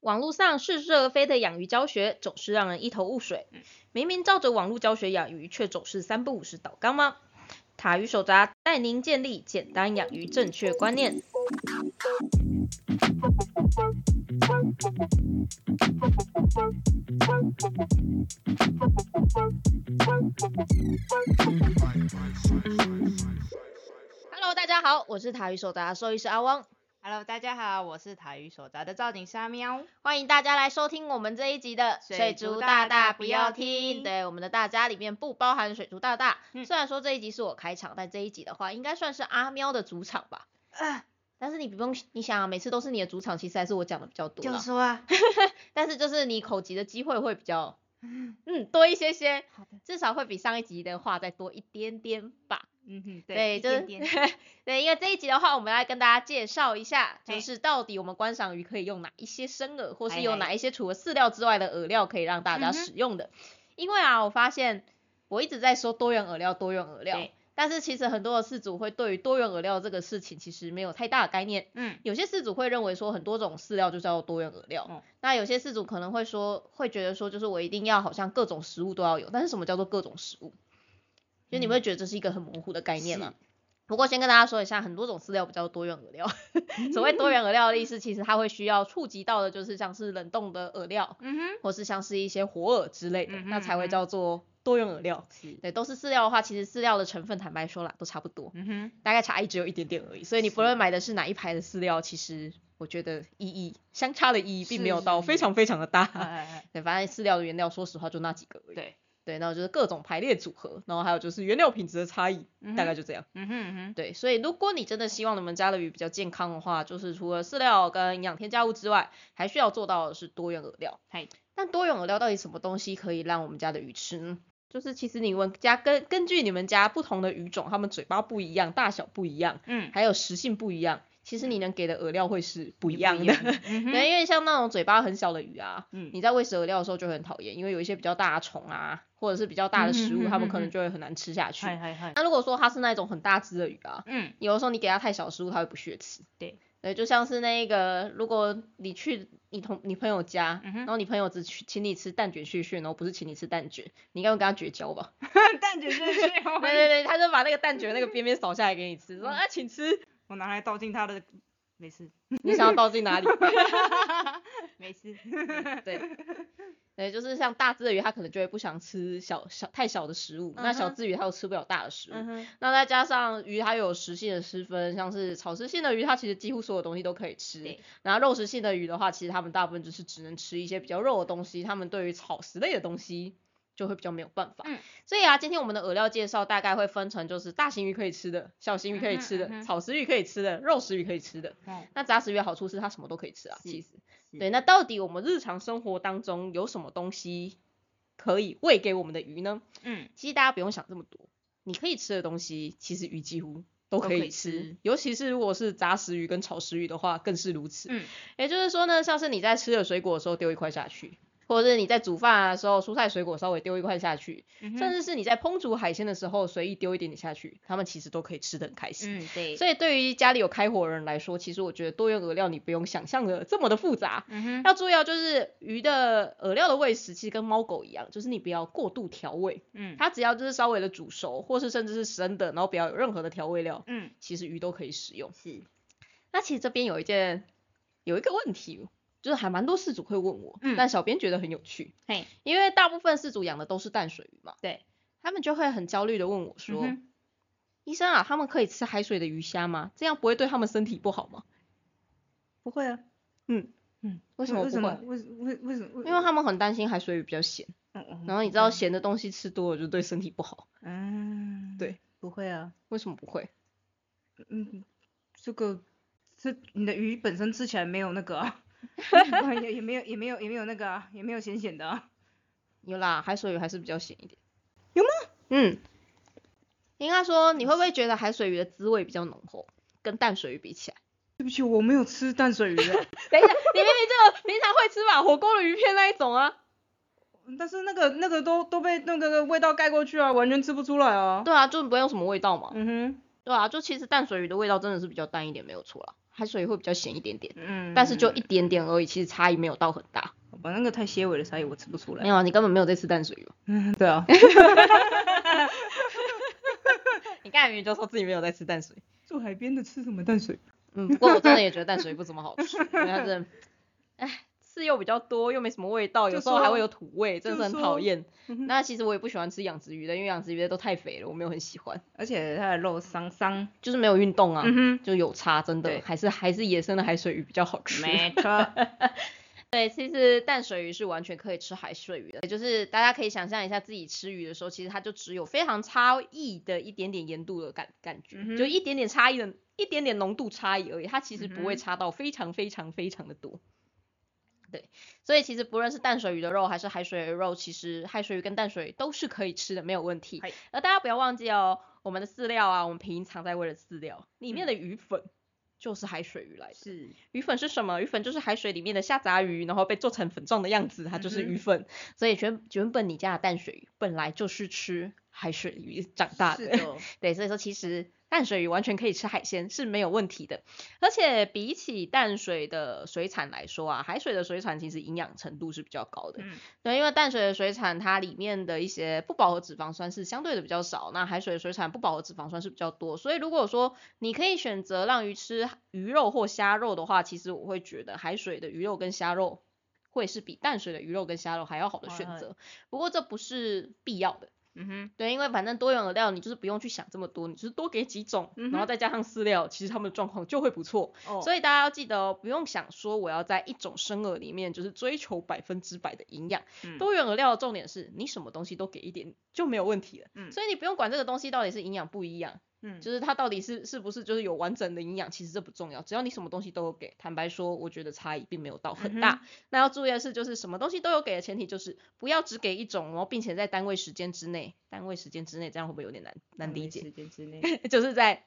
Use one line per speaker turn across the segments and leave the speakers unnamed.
网络上似是而非的养鱼教学总是让人一头雾水。明明照着网络教学养鱼，却总是三不五时倒缸吗？塔鱼手札带您建立简单养鱼正确观念。Hello，大家好，我是塔鱼手札兽医师阿汪，
Hello，大家好，我是塔鱼所杂的造景沙喵。
欢迎大家来收听我们这一集的
水族大大不要听
对，我们的大家里面不包含水族大大。
嗯
虽然说这一集是我开场，但这一集的话应该算是阿喵的主场吧。
啊，
但是你不用，你想啊，每次都是你的主场，其实还是我讲的比较多啦。
说啊，
但是就是你口疾的机会会比较，
嗯，
嗯，多一些些，
好的，
至少会比上一集的话再多一点点吧。
嗯哼，
对，
一
就是
点点
对，因为这一集的话，我们来跟大家介绍一下，就
嘿
是到底我们观赏鱼可以用哪一些生饵，或是
嘿
有
嘿
哪一些除了饲料之外的饵料可以让大家
哎嗯哼
使用的。因为啊，我发现我一直在说多元饵料，多元饵料
对，
但是其实很多的饲主会对于多元饵料这个事情其实没有太大的概念。
嗯，
有些饲主会认为说很多种饲料就叫多元饵料，
哦
那有些饲主可能会说，会觉得说就是我一定要好像各种食物都要有，但是什么叫做各种食物？就你
嗯
会觉得这是一个很模糊的概念嘛
是？
不过先跟大家说一下，很多种饲料不叫多元饵料。
嗯
所谓多元饵料的意思，其实它会需要触及到的就是像是冷冻的饵料，
嗯哼，
或是像是一些活饵之类的，
嗯哼
那才会
嗯哼
叫做多元饵料。
是，
对，都是饲料的话，其实饲料的成分坦白说啦，都差不多。
嗯哼，
大概差异只有一点点而已，所以你不
是
论买的是哪一排的饲料，其实我觉得意义相差的意义并没有
是
到
是
非常非常的大。
哎哎 哎
对，反正饲料的原料说实话就那几个而已。
对，
对，然后就是各种排列组合，然后还有就是原料品质的差异，
嗯
大概
哼
就这样。
嗯哼嗯哼，
对，所以如果你真的希望你们家的鱼比较健康的话，就是除了饲料跟营养添加物之外，还需要做到的是多元饵料。
嗨，
但多元饵料到底什么东西可以让我们家的鱼吃呢？就是其实你们家根根据你们家不同的鱼种，它们嘴巴不一样，大小不一样，
嗯，
还有食性不一样，其实你能给的饵料会是不一
不
样的。
嗯哼，
对，因为像那种嘴巴很小的鱼啊，
嗯
你在喂食饵料的时候就会很讨厌，因为有一些比较大的虫啊，或者是比较大的食
嗯哼
物，
哼
它们
哼
可能
哼
就会很难吃下去。
嗨嗨嗨，
那如果说它是那种很大只的鱼啊，
嗯，
有的时候你给它太小食物，它会不屑吃。
对。
对，就像是那个，如果你去你同你朋友家，
嗯哼
然后你朋友只去请你吃蛋卷屑屑，然后不是请你吃蛋卷，你应该会跟他绝交 吧？
蛋卷真是，
对对对，他就把那个蛋卷那个边边扫下来给你
嗯
吃，说啊请吃，
我拿来倒进他的，没事，
你想要倒进哪里？
没 事，
对，对，就是像大只的鱼，它可能就会不想吃小小太小的食物，那小
嗯哼
只鱼它又吃不了大的食物。
嗯哼，
那再加上鱼，它有食性的失分，像是草食性的鱼，它其实几乎所有东西都可以吃
对。
然后肉食性的鱼的话，其实它们大部分就是只能吃一些比较肉的东西，它们对于草食类的东西就会比较没有办法。
嗯
所以啊，今天我们的饵料介绍大概会分成就是大型鱼可以吃的，小型鱼可以吃的，
嗯哼嗯哼
草食鱼可以吃的，肉食鱼可以吃的。
哦
那杂食鱼的好处是它什么都可以吃啊，
是
其实。
是
对，那到底我们日常生活当中有什么东西可以喂给我们的鱼呢？
嗯，
其实大家不用想这么多，你可以吃的东西，其实鱼几乎都
都
可
可
以
以
吃，
吃
尤其是如果是杂食鱼跟草食鱼的话，更是如此。
嗯，
也就是说呢，像是你在吃了水果的时候丢一块下去。或者是你在煮饭的时候，蔬菜水果稍微丢一块下去，
嗯
甚
哼，
至是你在烹煮海鲜的时候随意丢一点点下去，它们其实都可以吃的很开心。
嗯对，
所以对于家里有开火的人来说，其实我觉得多元饵料你不用想象的这么的复杂，
嗯哼，
要注意哦，就是鱼的饵料的喂食其实跟猫狗一样，就是你不要过度调味，
嗯
它只要就是稍微的煮熟，或是甚至是生的，然后不要有任何的调味料，
嗯
其实鱼都可以食用。
是，
那其实这边有一件有一个问题，就是还蛮多饲主会问我，
嗯
但小编觉得很有趣，
嘿，
因为大部分饲主养的都是淡水鱼嘛，
对，
他们就会很焦虑的问我说，
嗯哼
医生啊，他们可以吃海水的鱼虾吗？这样不会对他们身体不好吗？
不会啊，
嗯
嗯，
为什么
为
不
什
会
么？为为为什么？
因为他们很担心海水鱼比较咸，
嗯，
然后你知道咸的东西吃多了就对身体不好，
嗯，
对，
不会啊，
为什么不会？
嗯，这个这你的鱼本身吃起来没有那个 啊，也也没有也没有也没有那个啊，也没有咸咸的啊，
有啦，海水鱼还是比较咸一点。有吗？嗯，应该说你会不会觉得海水鱼的滋味比较浓厚，跟淡水鱼比起来？
对不起，我没有吃淡水鱼欸，
等一下，你明明就平常会吃吧火锅的鱼片那一种啊。
但是那个那个都都被那个味道盖过去啊，完全吃不出来啊。
对啊，就不会有什么味道嘛。
嗯哼，
对啊，就其实淡水鱼的味道真的是比较淡一点，没有错啦。它所以会比较咸一点点，
嗯，
但是就一点点而已，其实差异没有到很大。
好吧，那个太纤维的鲨鱼我吃不出
没
来。
有啊，你根本没有在吃淡水鱼。
嗯，对啊，
你刚才明明就说自己没有在吃淡水。
住海边的吃什么淡水？
嗯，不过我真的也觉得淡水不怎么好吃，因为它 真的，哎，刺又比较多，又没什么味道，有
就
时候还
说
会有土味，真的是
就
很
说
讨厌。
嗯哼
那其实我也不喜欢吃养殖鱼的，因为养殖鱼的都太肥了，我没有很喜欢，
而且它的肉桑 桑，
就是没有运动啊，
嗯
就有差，真的
对
还是还是野生的海水鱼比较好吃。
没错，
对，其实淡水鱼是完全可以吃海水鱼的，也就是大家可以想象一下自己吃鱼的时候，其实它就只有非常差异的一点点盐度的感感觉，
嗯哼
就一点点差异的，一点点浓度差异而已，它其实不会
嗯哼
差到非常非常非常的多。对，所以其实不论是淡水鱼的肉还是海水鱼的肉，其实海水鱼跟淡水都是可以吃的，没有问题
嗨。
而大家不要忘记哦，我们的饲料啊，我们平常在喂的饲料里面
嗯
的鱼粉就是海水鱼来的。
是，
鱼粉是什么？鱼粉就是海水里面的下杂鱼，然后被做成粉状的样子，它就是
嗯哼
鱼粉。所以原原本你家的淡水鱼本来就是吃海水鱼长大
是
的，
的，哦
对，所以说其实淡水鱼完全可以吃海鲜是没有问题的。而且比起淡水的水产来说啊，海水的水产其实营养程度是比较高的。
嗯
对，因为淡水的水产它里面的一些不饱和脂肪酸是相对的比较少，那海水的水产不饱和脂肪酸是比较多，所以如果说你可以选择让鱼吃鱼肉或虾肉的话，其实我会觉得海水的鱼肉跟虾肉会是比淡水的鱼肉跟虾肉还要好的选
哎
择。不过这不是必要的，
嗯哼，
对，因为反正多元饵料你就是不用去想这么多，你就是多给几种，然后
嗯哼
再加上饲料，其实它们的状况就会不错。
哦，
所以大家要记得哦，不用想说我要在一种生饵里面就是追求百分之百的营养。
嗯
多元饵料的重点是你什么东西都给一点就没有问题了。
嗯
所以你不用管这个东西到底是营养不营养，
嗯
就是它到底是是不是就是有完整的营养，其实这不重要，只要你什么东西都有给，坦白说，我觉得差异并没有到很大。
嗯
那要注意的是，就是什么东西都有给的前提就是不要只给一种，然后并且在单位时间之内，单位时间之内这样会不会有点难难理解？
时间之内，
就是在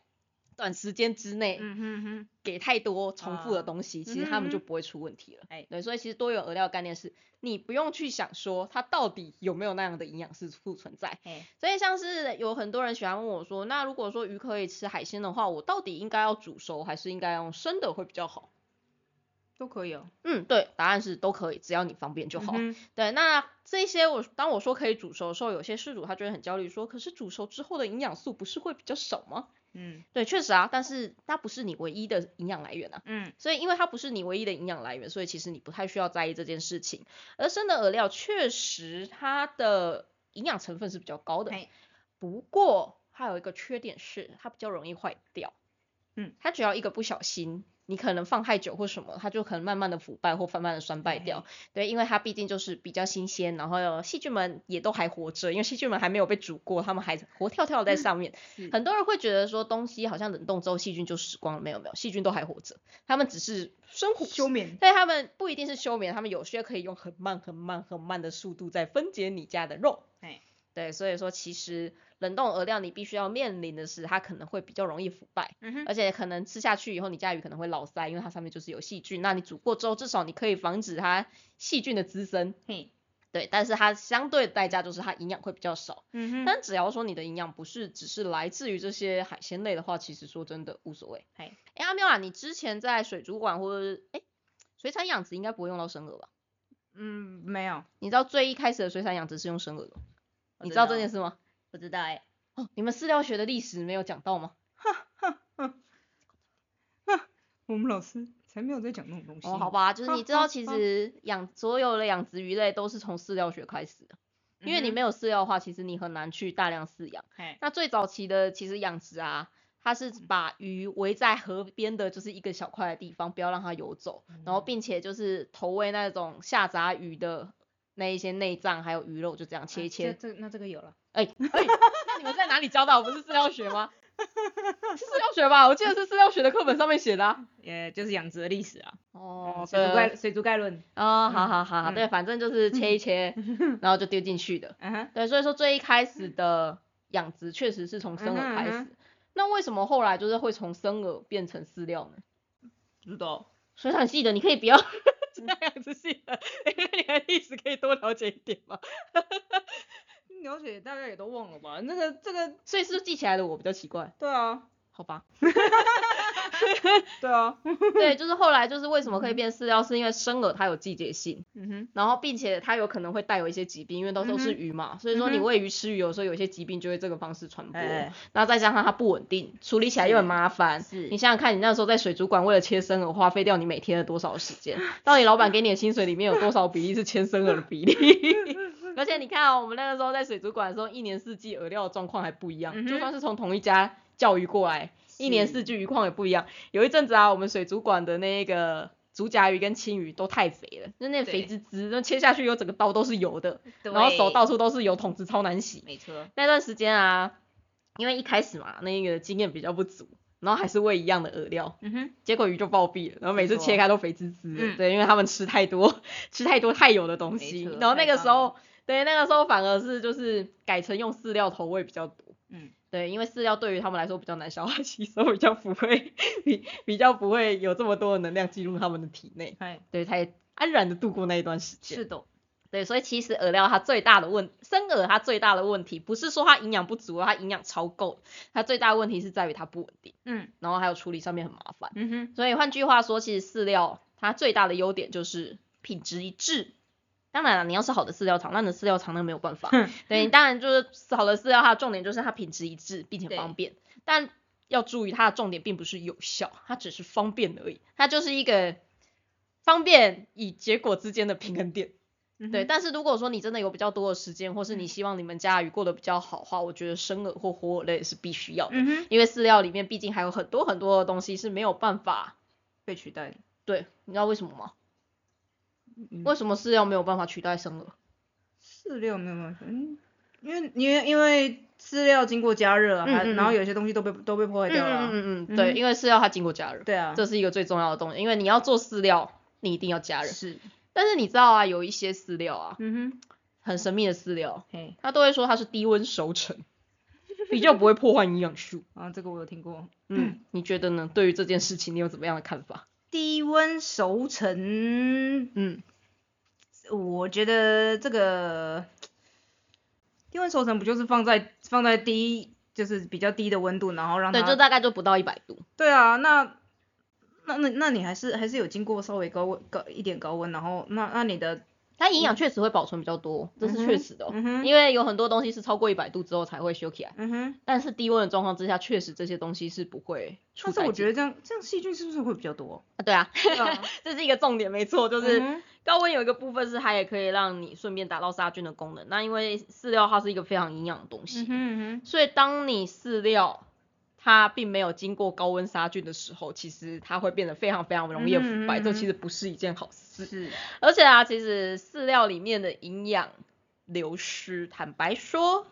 短时间之内，
嗯哼哼，
给太多重复的东西，其实他们就
嗯哼
不会出问题了。
哎
对，所以其实多元饵料的概念是，你不用去想说它到底有没有那样的营养素素存在。
哎，
所以像是有很多人喜欢问我说，那如果说鱼可以吃海鲜的话，我到底应该要煮熟还是应该用生的会比较好？
都可以哦，
嗯，对，答案是都可以，只要你方便就好。
嗯哼，
对，那这些我当我说可以煮熟的时候，有些事主他就会很焦虑说，可是煮熟之后的营养素不是会比较少吗？
嗯
对，确实啊，但是那不是你唯一的营养来源啊。
嗯，
所以因为它不是你唯一的营养来源，所以其实你不太需要在意这件事情。而生的饵料确实它的营养成分是比较高的
嘿，
不过它有一个缺点是它比较容易坏掉。
嗯，
它只要一个不小心。你可能放太久或什么，它就可能慢慢的腐败或慢慢的酸败
嘿
掉。对，因为它毕竟就是比较新鲜，然后细菌们也都还活着，因为细菌们还没有被煮过，它们还活跳跳地在上面。
是
很多人会觉得说东西好像冷冻之后细菌就死光了，没有没有，细菌都还活着，他们只是生活
休眠，
对他们不一定是休眠，他们有些可以用很慢、很慢、很慢的速度在分解你家的肉。
哎，
对，所以说其实冷冻饵料你必须要面临的是，它可能会比较容易腐败，
嗯哼，
而且可能吃下去以后，你家鱼可能会老塞，因为它上面就是有细菌。那你煮过之后，至少你可以防止它细菌的滋生。
嘿，
对，但是它相对的代价就是它营养会比较少。
嗯哼，
但只要说你的营养不是只是来自于这些海鲜类的话，其实说真的无所谓。
哎，
哎、阿妙啊，你之前在水族馆或者哎、水产养殖应该不会用到生饵吧？
嗯，没有，
你知道最一开始的水产养殖是用生饵的吗，
我
你知
知
道这
道
件事吗？
不知道哎，
哦，你们饲料学的历史没有讲到吗？
我们老师才没有在讲那种东西，
哦，好，吧，就是你 知道其
好
实养所有的养殖鱼类都是从饲料学开始的，因为你
嗯哼
没有饲料的话，其实你很难去大量饲养。
哎，
那最早期的其实养殖啊，它是把鱼围在河边的，就是一个小块的地方，不要让它游走，然后并且就是投喂那种下杂鱼的那一些内脏还有鱼肉，就这样切一
啊
切。
这这那这个有了，
哎、哎那 你们在哪里教的啊？不是饲料学吗？是饲料学吧？我记得是饲料学的课本上面写的、啊。
呃，就是养殖的历史啊，
哦，
水
对
族概水族概论，
啊，
嗯
好好好好，
嗯
对，反正就是切一切， 然后就丢进去的。
嗯哼，
对，所以说最一开始的养殖确实是从生饵开始。
嗯哼嗯
那为什么后来就是会从生饵变成饲料呢？
不 知道，
水产系的，你可以不要 这样子 系的，因为你的历史可以多了解一点嘛。
了解大概也都忘了吧？那个这个，
所以是不是记起来的我比较奇怪。
对啊，
好吧。
对啊，
对，就是后来就是为什么可以变饲料，是因为生饵它有季节性，
嗯哼，
然后并且它有可能会带有一些疾病，因为都都是
嗯哼
鱼嘛，所以说你
嗯哼
喂鱼吃鱼，有时候有一些疾病就会这个方式传播。
哎，
那再加上它不稳定，处理起来又很麻烦。
是
你想想看，你那时候在水族馆为了切生饵，花费掉你每天的多少时间？到底老板给你的薪水里面有多少比例是切生饵的比例？ 而且你看啊、我们那个时候在水族馆的时候，一年四季饵料的状况还不一样，
嗯哼
就算是从同一家教育过来，一年
是
四季鱼况也不一样。有一阵子啊，我们水族馆的那个。竹夹鱼跟青鱼都太肥了，就那肥滋
对
滋，那切下去有整个刀都是油的，
对
然后手到处都是油，桶子超难洗。
没错，
那段时间啊，因为一开始嘛，那个经验比较不足，然后还是喂一样的饵料，
嗯哼，
结果鱼就暴毙了，然后每次
没错
切开都肥滋滋的，
嗯
对，因为他们吃太多， 吃太多太油的东西
没，错
然后那个
太
时候，对，那个时候反而是就是改成用饲料投喂比较多。
嗯，
对，因为饲料对于他们来说比较难消化吸收，比较不会， 比比较不会有这么多的能量进入他们的体内，
哎，
对，才安然的度过那一段时间。
是的，
对，所以其实饵料它最大的问，生饵它最大的问题不是说它营养不足，哦它营养超够，它最大的问题是在于它不稳定，
嗯
然后还有处理上面很麻烦。
嗯哼，
所以换句话说，其实饲料它最大的优点就是品质一致。当然了，你要是好的饲料厂，烂的饲料厂那没有办法。对，当然就是好的饲料，它的重点就是它品质一致，并且
对
方便。但要注意，它的重点并不是有效，它只是方便而已。它就是一个方便与结果之间的平衡点。
嗯
对，
哼，
但是如果说你真的有比较多的时间，或是你
嗯
希望你们家的鱼过得比较好的话，我觉得生饵或活饵类是必须要的，
嗯哼，
因为饲料里面毕竟还有很多很多的东西是没有办法。
被取代了，
对，你知道为什么吗？
嗯
为什么饲料没有办法取代生饵？
饲料没有办法，嗯，因为因为因为饲料经过加热啊，
嗯
它
嗯
然后
嗯
有些东西都被都被破坏
嗯
掉了啊，
嗯嗯嗯，
嗯
对，
哼
因为饲料它经过加热，
对啊，
这是一个最重要的东西，因为你要做饲料，你一定要加热。
是，
但是你知道啊，有一些饲料啊，
嗯哼，
很神秘的饲料，
嘿，
它都会说它是低温熟成，比较不会破坏营养 素。
啊，这个我有听过，
嗯，你觉得呢？对于这件事情，你有怎么样的看法？
低温熟成，
嗯，
我觉得这个低温熟成不就是放在放在低就是比较低的温度，然后让它
对，就大概就不到一百度。
对啊，那那那那你还是还是有经过稍微高温高一点高温，然后那那你的
它营养确实会保存比较多，这是确实的、哦
嗯哼，
因为有很多东西是超过一百度之后才会修起来，
嗯哼，
但是低温的状况之下，确实这些东西是不会出
但是我觉
得、
得这样这样细菌是不是会比 较多？
啊、对啊，
对啊，
这是一个重点，没错，就
就是
高温有一个部分是它也可以让你顺便达到杀菌的功能。那因为饲料它是一个非常营养的东西，
嗯哼嗯
所以当你饲料它并没有经过高温杀菌的时候，其实它会变得非常非常容易的腐败，
嗯哼嗯哼
这其实不是一件好
哼，
事。
是，
而且啊，其实饲料里面的营养流失，坦白说，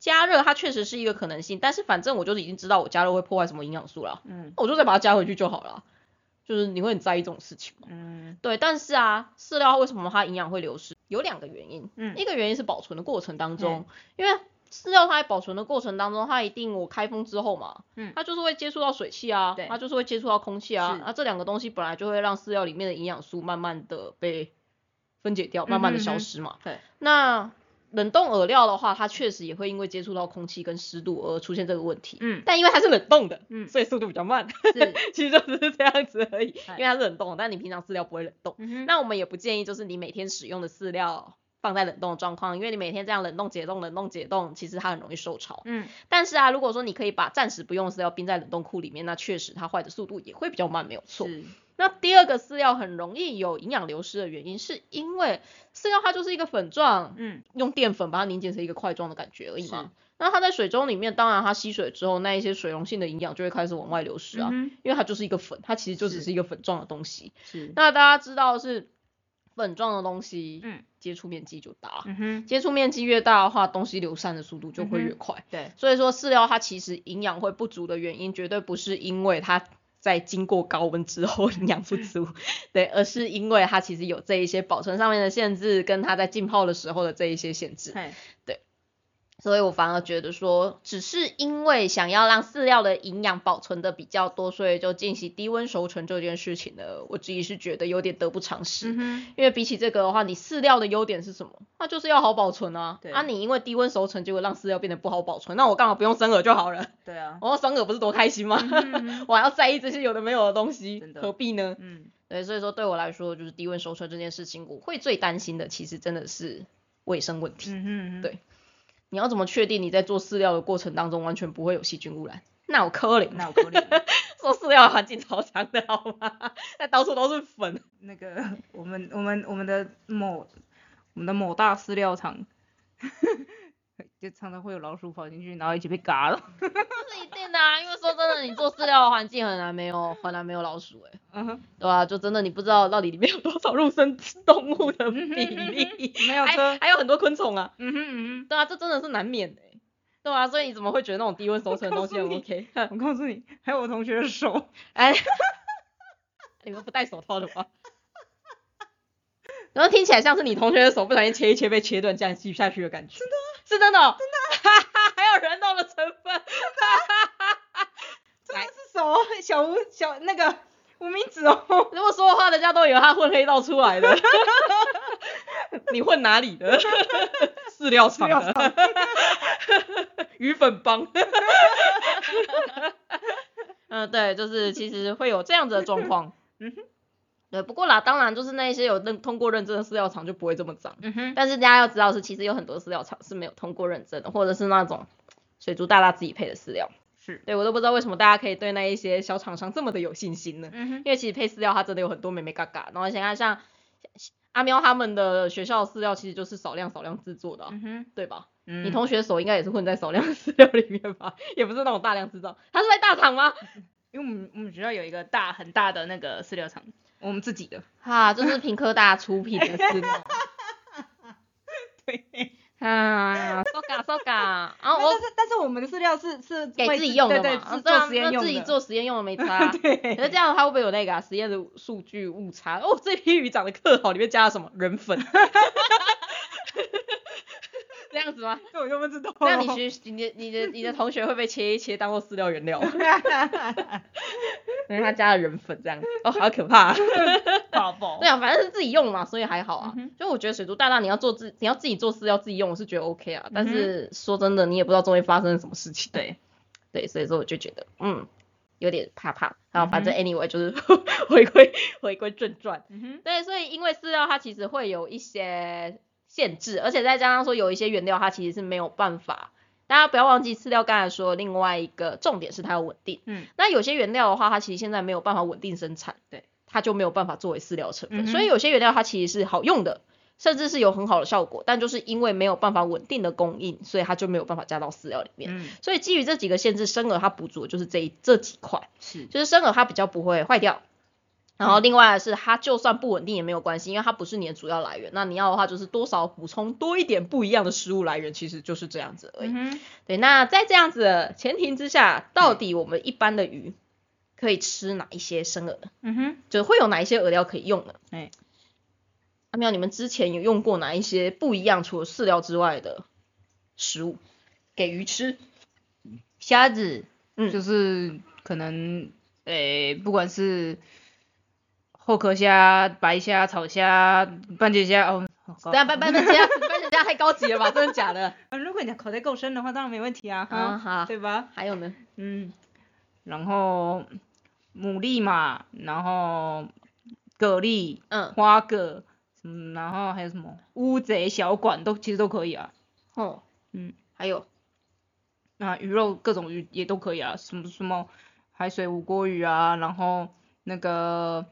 加热它确实是一个可能性，但是反正我就已经知道我加热会破坏什么营养素了，
嗯
我就再把它加回去就好了。就是你会很在意这种事情吗？
嗯
对，但是啊，饲料为什么它营养会流失？有两个原因，
嗯
一个原因是保存的过程当中，因为饲料它在保存的过程当中，它一定我开封之后嘛，
嗯
它就是会接触到水汽啊
对，
它就是会接触到空气啊，
是
那这两个东西本来就会让饲料里面的营养素慢慢的被分解掉，慢慢的
嗯
消
哼
失嘛。
对，
那冷冻饵料的话，它确实也会因为接触到空气跟湿度而出现这个问题，
嗯
但因为它是冷冻的，
嗯
所以速度比较慢，
是，
其实就是这样子而已，因
哎
为它是冷冻的，但你平常饲料不会冷冻。
嗯哼，
那我们也不建议就是你每天使用的饲料放在冷冻的状况，因为你每天这样冷冻解冻、冷冻解冻，其实它很容易受潮。
嗯
但是啊，如果说你可以把暂时不用的饲料冰在冷冻库里面，那确实它坏的速度也会比较慢，没有错。
是，
那第二个饲料很容易有营养流失的原因，是因为饲料它就是一个粉状，
嗯
用淀粉把它凝结成一个块状的感觉而已嘛
是。
那它在水中里面，当然它吸水之后，那一些水溶性的营养就会开始往外流失啊，
嗯哼
因为它就是一个粉，它其实就只
是
是一个粉状的东西。
是，
那大家知道是粉状的东西，
嗯
接触面积就大，
嗯哼，
接触面积越大的话，东西流散的速度就会越
嗯
快。
对，
所以说饲料它其实营养会不足的原因，绝对不是因为它在经过高温之后 营养不足，对，而是因为它其实有这一些保存上面的限制，跟它在浸泡的时候的这一些限制。
嘿，
所以我反而觉得说，只是因为想要让饲料的营养保存的比较多，所以就进行低温熟成这件事情呢，我自己是觉得有点得不偿失。
嗯哼，
因为比起这个的话，你饲料的优点是什么？那就是要好保存啊。
对
啊，你因为低温熟成，结果让饲料变得不好保存，那我干嘛不用生饵就好了？
对啊，
我要生饵不是多开心吗？
嗯
我还要在意这些有的没有的东西
真，的
何必呢？
嗯，
对，所以说对我来说，就是低温熟成这件事情，我会最担心的，其实真的是卫生问题。
嗯哼嗯哼，
对你要怎么确定你在做饲料的过程当中完全不会有细菌污染？那我科林啊
那我可怜。
做饲料的环境超强的好吗？那到处都是粉，
那个我们我们我们的某我们的某大饲料厂，就常常会有老鼠跑进去，然后一起被嘎了。
这是一定的啊。因为说真的，你做饲料的环境很难没有很难没有老鼠哎、
嗯哼，
对啊，就真的你不知道到底里面有多少入 生动物的比例，
没有
嗯还
车。
还有很多昆虫啊。
嗯哼嗯
对啊，这真的是难免的、欸。对啊，所以你怎么会觉得那种低温熟成的东西很
我告
OK？
哼，我告诉你，还有我同学的手，
哎， 你们不戴手套的吗？然后听起来像是你同学的手不小心切一切被切断，这样继续下去的感觉。真的是真的哦、真的、 还有人肉的成分。哎
真的是手哦，小无小那个无名指哦。
如果说的话，人家都以为他混黑道出来 的。你混哪里 的？饲料厂
饲料
的。鱼粉帮。 嗯，对，就是其实会有这样子的状 况。
嗯哼，
对，不过啦，当然就是那些有认通过认证的饲料厂就不会这么脏。
嗯哼，
但是大家要知道是，其实有很多饲料厂是没有通过认证的，或者是那种水族大大自己配的饲料。
是。
对我都不知道为什么大家可以对那一些小厂商这么的有信心呢？
嗯哼，
因为其实配饲料它真的有很多美美嘎嘎，然后想看像阿喵他们的学校饲料其实就是少量少量制作的啊、
嗯哼，
对吧？
嗯
你同学手应该也是混在少量饲料里面吧？ 也不是那种大量制造，他是在大厂吗？
因为我们我们学校有一个大很大的那个饲料厂，我们自己的。
啊，就是平科大出品的饲 料。
对。
啊，搜嘎搜嘎，然后
但
我
是但是我们的饲料是是
给
会
自己用的嘛，
对对，
啊
是
对啊
做实验
那
用的。。
自己做实验用的没 差啊
对
可是这样它会不会有那个、啊、实验的数据误差？哦，这批鱼长得特好，里面加了什么人粉？ 这样子吗？
这我就不知道。
那你学你的你的你的同学会被切一切当做饲料原料吗？ 因为他加了人粉这样子，哦，好可怕、啊。
宝宝
对啊，反正是自己用嘛，所以还好啊。
哦嗯哼
就我觉得水族大大你要做自你要自己做饲料自己用，我是觉得 OK 啊。但
嗯哼
是说真的，你也不知道中间发生了什么事情。
对，
对，所以说我就觉得嗯有点怕怕。然后反正
嗯
anyway 就是 回归回归正传。
嗯哼，
对，所以因为饲料它其实会有一些限制，而且再加上说有一些原料它其实是没有办法。大家不要忘记，饲料刚才说的另外一个重点是它要稳定。
嗯，
那有些原料的话，它其实现在没有办法稳定生产，
对，
它就没有办法作为饲料成分。
嗯哼
所以有些原料它其实是好用的，甚至是有很好的效果，但就是因为没有办法稳定的供应，所以它就没有办法加到饲料里面。
嗯，
所以基于这几个限制，生饵它补足的就是这一这几块。
是，
就是生饵它比较不会坏掉。然
嗯
后另外是它就算不稳定也没有关系，因为它不是你的主要来源。那你要的话就是多少补充多一点不一样的食物来源，其实就是这样子而已。
哼，
对，那在这样子的前提之下，
嗯
到底我们一般的鱼可以吃哪一些生饵呢？
嗯哼，
就是会有哪一些饵料可以用呢？
哎，
阿妙，你们之前有用过哪一些不一样除了饲料之外的食物给鱼吃？
虾子，
嗯
就是可能，诶，不管是厚壳虾、白虾、草虾、半截虾，哦，好高
对啊，半半半 家，半人家太高级了吧？真的假的？
啊 如果你的口袋够深的话，当然没问题啊，
啊
哈，
好，
对吧？
还有呢？
嗯，然后牡蛎嘛，然后蛤蜊、
嗯，
花蛤，嗯，然后还有什么乌贼、小管都其实都可以啊。
哦，
嗯，
还有
那鱼肉各种鱼也都可以啊，什么什么海水五锅鱼啊，然后那个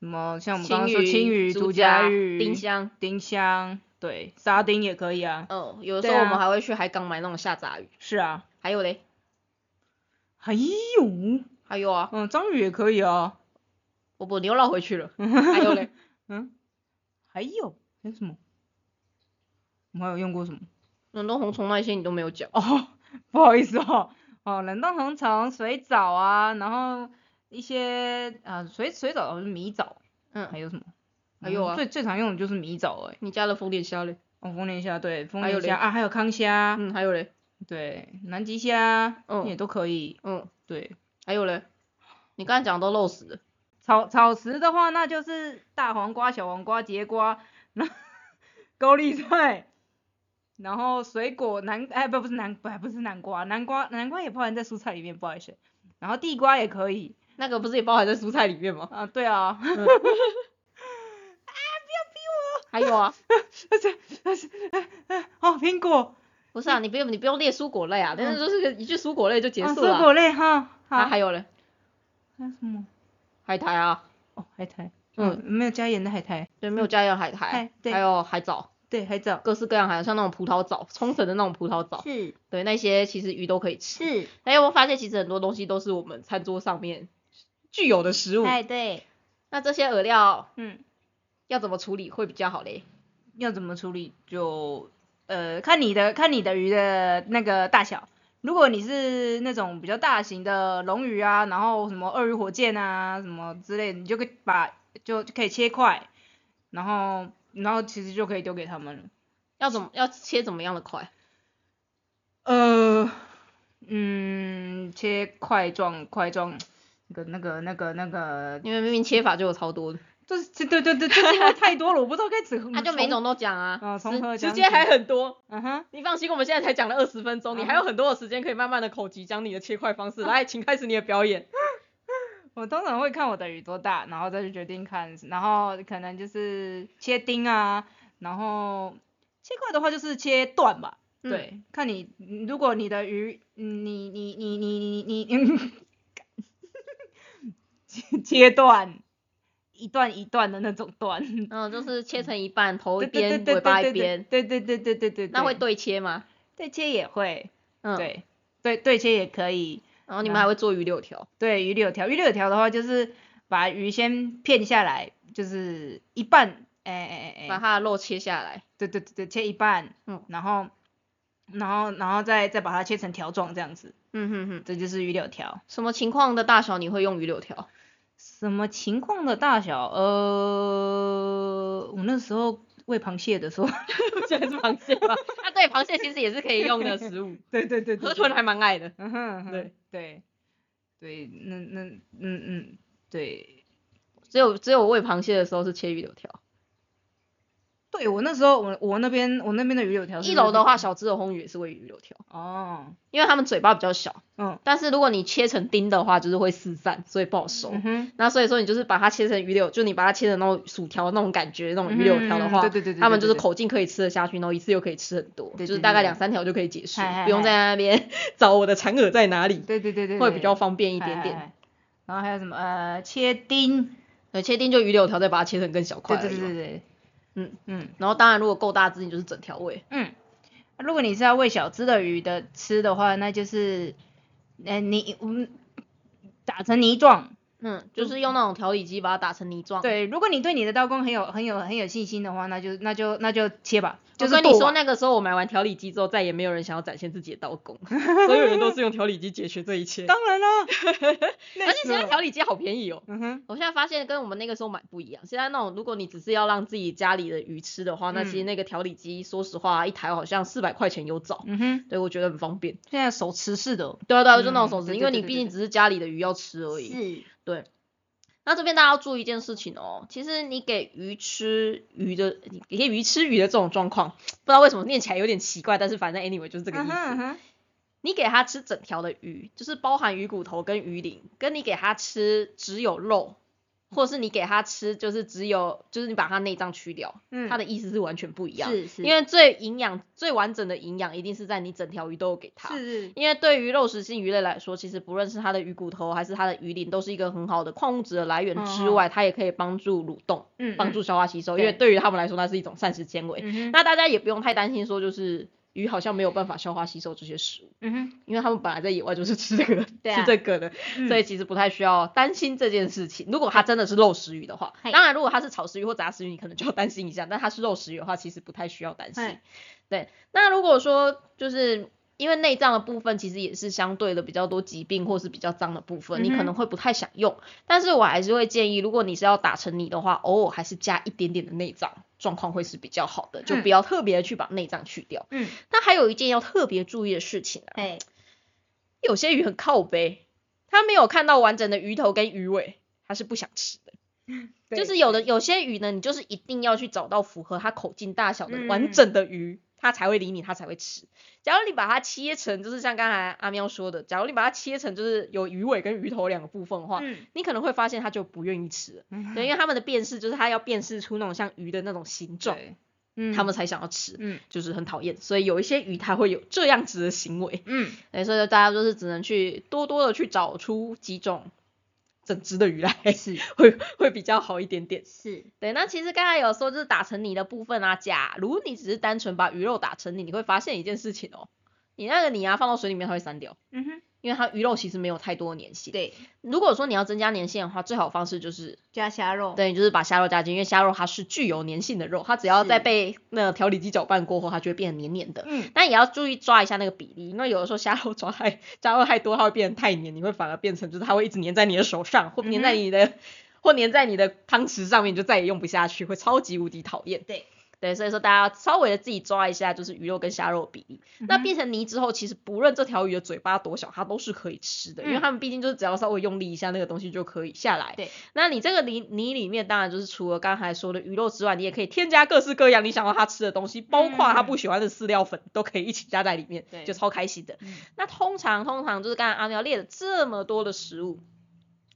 什么像我们刚刚说青鱼、
竹
竹
夹
夹鱼、
丁、香。
丁香，对，沙丁也可以啊。
嗯，有的
对
时候我
啊
们还会去海港买那种下杂鱼。
是啊，
还有嘞，
还有，
还有啊，
嗯，章鱼也可以啊，
我把牛绕回去了。还有嘞，
嗯，还有还有什么？我们还有用过什么？
冷冻红虫那些你都没有讲。
哦，不好意思哦，哦，冷冻红虫、水藻啊，然后一些啊、水水藻、哦、是米藻，
嗯，
还有什么？
还有
嗯
啊
最最常用的就是米藻哎、
你加了风点虾嘞？
哦，哦，丰年虾对，丰
还有
年
嘞
虾啊，还有康虾，
嗯，还有嘞，
对，南极虾、
嗯
也都可以，
嗯，
对。
还有嘞，你刚才讲的都漏死了。
草草食的话，那就是大黄瓜、小黄瓜、节瓜，然后高丽菜，然后水果南哎不不是南不不是南瓜，南瓜南瓜也包含在蔬菜里面，不好意思。然后地瓜也可以
那个不是也包含在蔬菜里面吗？
啊，对啊，
嗯还有 啊，
哦苹果
不是啊，你不用你不用列蔬果类啊，但是就是个一句蔬果类就结
啊
束
水
了啊。
嗯果类哈，好
啊，还有嘞，
还有什么？
海苔啊，
哦海苔，
嗯
嗯没有加盐的海苔，
对，没有加盐海
嗯海
苔，
对
还有海藻，
对海藻
各式各样海藻，像那种葡萄藻，冲绳的那种葡萄藻，
是
对，那些其实鱼都可以吃。
是
哎，有没有发现其实很多东西都是我们餐桌上面具有的食物？
哎对
那这些饵料
嗯
要怎么处理会比较好嘞？
要怎么处理就呃看你的看你的鱼的那个大小。如果你是那种比较大型的龙鱼啊，然后什么鳄鱼火箭啊什么之类的，你就可以把就就可以切块，然后然后其实就可以丢给他们了。
要怎么要切怎么样的块？
呃，嗯，切块状块状，那个那个那个那个，
因为明明切法就有超多的，
就是这对对对，这这还太多了，我不知道该怎么。
他、就每种都讲啊，
啊从何
直直
讲
接
起
还很多。
嗯哼。
你放心，我们现在才讲了二十分钟，你还有很多的时间可以慢慢的口级讲你的切块 方式。来，请开始你的表演。
我通常会看我的鱼多大，然后再去决定看，然后可能就是切丁啊，然后切块的话就是切段吧。
嗯
对，看你嗯如果你的鱼，嗯你你你你你你，嗯切切段，一段一段的那种段，
嗯，就是切成一半，头一
对对
边，
对
尾巴
对
一
对
边，
对对对对对对，
那会
对
对切吗？
对切也会，
嗯，。
对对对切也可以，
然后你们还会做鱼柳条，
对，鱼柳条，鱼柳条的话就是把鱼先片下来，就是一半，哎哎哎
把
哎，
它的肉切下来。
对对对对，切一半，
嗯
然后，然后然后再再把它切成条状这样子，
嗯哼哼。
这就是鱼柳条。
什么情况的大小你会用鱼柳 条？
什么情况的大小？呃，我那时候喂螃蟹的时候，
这还是螃蟹吧？ 啊，对，螃蟹其实也是可以用的食物，
对对对对，
河
对
豚还蛮爱的。
嗯哼哼
对
对对，那那嗯嗯对。
只有只有喂螃蟹的时候是切鱼柳条。
对我那时候，我我那边我那边的鱼柳条是
一楼的话，
那
小只的红鱼也是喂鱼柳条，
种哦，
因为它们嘴巴比较小。
嗯
但是如果你切成丁的话，就是会四散，所以不好收。
嗯哼，
那所以说你就是把它切成鱼柳，就你把它切成那种薯条那种感觉，那种鱼柳条的话，
嗯对对对对对
他们就是
对对
口径可以吃得下去，然后一次又可以吃很多，
对对
就是大概两三条就可以结束，
嗨嗨
不用在那边 找我的残饵在哪里，
对对对对，
会
对
比较方便一
哎
点
哎
点。
哎然后还有什么呃切丁，
对，切丁就鱼柳条，再把它切成更小块
对
而已嘛。
对对对对，
嗯
嗯
然后当然如果够大只，你就是整条喂。
嗯。如果你是要喂小只的鱼的吃的话，那就是呃泥我们打成泥状。
嗯，就是用那种调理机把它打成泥状。，
对，如果你对你的刀工很有很有很有信心的话，那就那就那就切吧，
就
就
跟
是剁
你说
完
那个时候我买完调理机之后，再也没有人想要展现自己的刀 工，所有人都是用调理机解决这一切。
当啊然 啦，
而且现在调理机好便宜哦。
嗯哼，
我现在发现跟我们那个时候买不一样。现在那种如果你只是要让自己家里的鱼吃的话，那其实
嗯
那个调理机，说实话，一台好像四百块钱有找。
嗯哼，
对，我觉得很方便。
现在手持式的
对啊，对啊，
嗯
就那种手持，
对对
因为你
对对
毕竟只是家里的鱼要吃而已。
是，
那这边大家要注意一件事情哦，其实你给鱼吃鱼的，你给鱼吃鱼的这种状况，不知道为什么念起来有点奇怪，但是反正 anyway 就是这
这
个意思。
思，
你给它吃整条的鱼，就是包含鱼骨头跟鱼鳞，跟你给它吃只有肉，或者是你给它吃就是只有就是你把它内脏去掉，
嗯，
它的意思是完全不一样。
是是，
因为最营养、最完整的营养一定是在你整条鱼都有给它。
是
因为对于肉食性鱼类来说，其实不论是它的鱼骨头还是它的鱼鳞，都是一个很好的矿物质的来源之外，它也可以帮助蠕动、
嗯
帮助消化吸收。
对
因为对于它们来说，那是一种膳食纤维。
嗯哼
那大家也不用太担心说，就是鱼好像没有办法消化吸收这些食物。
嗯哼，
因为他们本来在野外就是吃这个、
对啊
吃这个的，
嗯
所以其实不太需要担心这件事情。如果它真的是肉食鱼的话，
嗨
当然如果它是草食鱼或杂食鱼，你可能就要担心一下。但它是肉食鱼的话，其实不太需要担心
嗨。
对，那如果说就是因为内脏的部分其实也是相对的比较多疾病或是比较脏的部分，你可
嗯哼
能会不太想用。但是我还是会建议，如果你是要打成泥的话，偶尔还是加一点点的内脏。状况会是比较好的，就
嗯
不要特别去把内脏去掉。
嗯，
那还有一件要特别注意的事情啊，
哎，
有些鱼很靠背，它没有看到完整的鱼头跟鱼尾，它是不想吃 的。就是有的有些鱼呢，你就是一定要去找到符合它口径大小的
嗯
完整的鱼，它才会理你，它才会吃。假如你把它切成，就是像刚才阿喵说的，假如你把它切成就是有鱼尾跟鱼头两个部分的话，
嗯，
你可能会发现它就不愿意吃了。对，因为他们的辨识就是它要辨识出那种像鱼的那种形状，
对，嗯，
他们才想要吃，
嗯
就是很讨厌。所以有一些鱼它会有这样子的行为，
嗯，
对，所以大家就是只能去多多的去找出几种整只的鱼来，
嗯是
会会比较好一点点。
是，
对，那其实刚才有说就是打成泥的部分啊，假如你只是单纯把鱼肉打成泥，你会发现一件事情哦，你那个泥啊放到水里面它会散掉，
嗯哼，
因为它鱼肉其实没有太多的粘性。，
对，
如果说你要增加粘性的话，最好的方式就是
加虾肉，，
对，就是把虾肉加进，因为虾肉它是具有粘性的肉，它只要在
是
被那个调理机搅拌过后，它就会变得黏黏的。
嗯，
但也要注意抓一下那个比例，因为有的时候虾肉抓太加肉太多，它会变得太黏，你会反而变成就是它会一直粘在你的手上，或粘在
嗯哼
你的、或粘在你的汤匙上面，你就再也用不下去，会超级无敌讨厌。
对
对，所以说大家要稍微的自己抓一下，就是鱼肉跟虾肉的比例。那
嗯哼
变成泥之后，其实不论这条鱼的嘴巴多小，它都是可以吃的，因为
嗯
它们毕竟就是只要稍微用力一下，那个东西就可以下来。
对，
那你这个泥泥里面，当然就是除了刚才说的鱼肉之外，你也可以添加各式各样你想要它吃的东西，包括它不喜欢的饲料粉，都可以一起加在里面，
嗯对
就超开心的。
嗯
那通常通常就是刚才阿喵列了这么多的食物，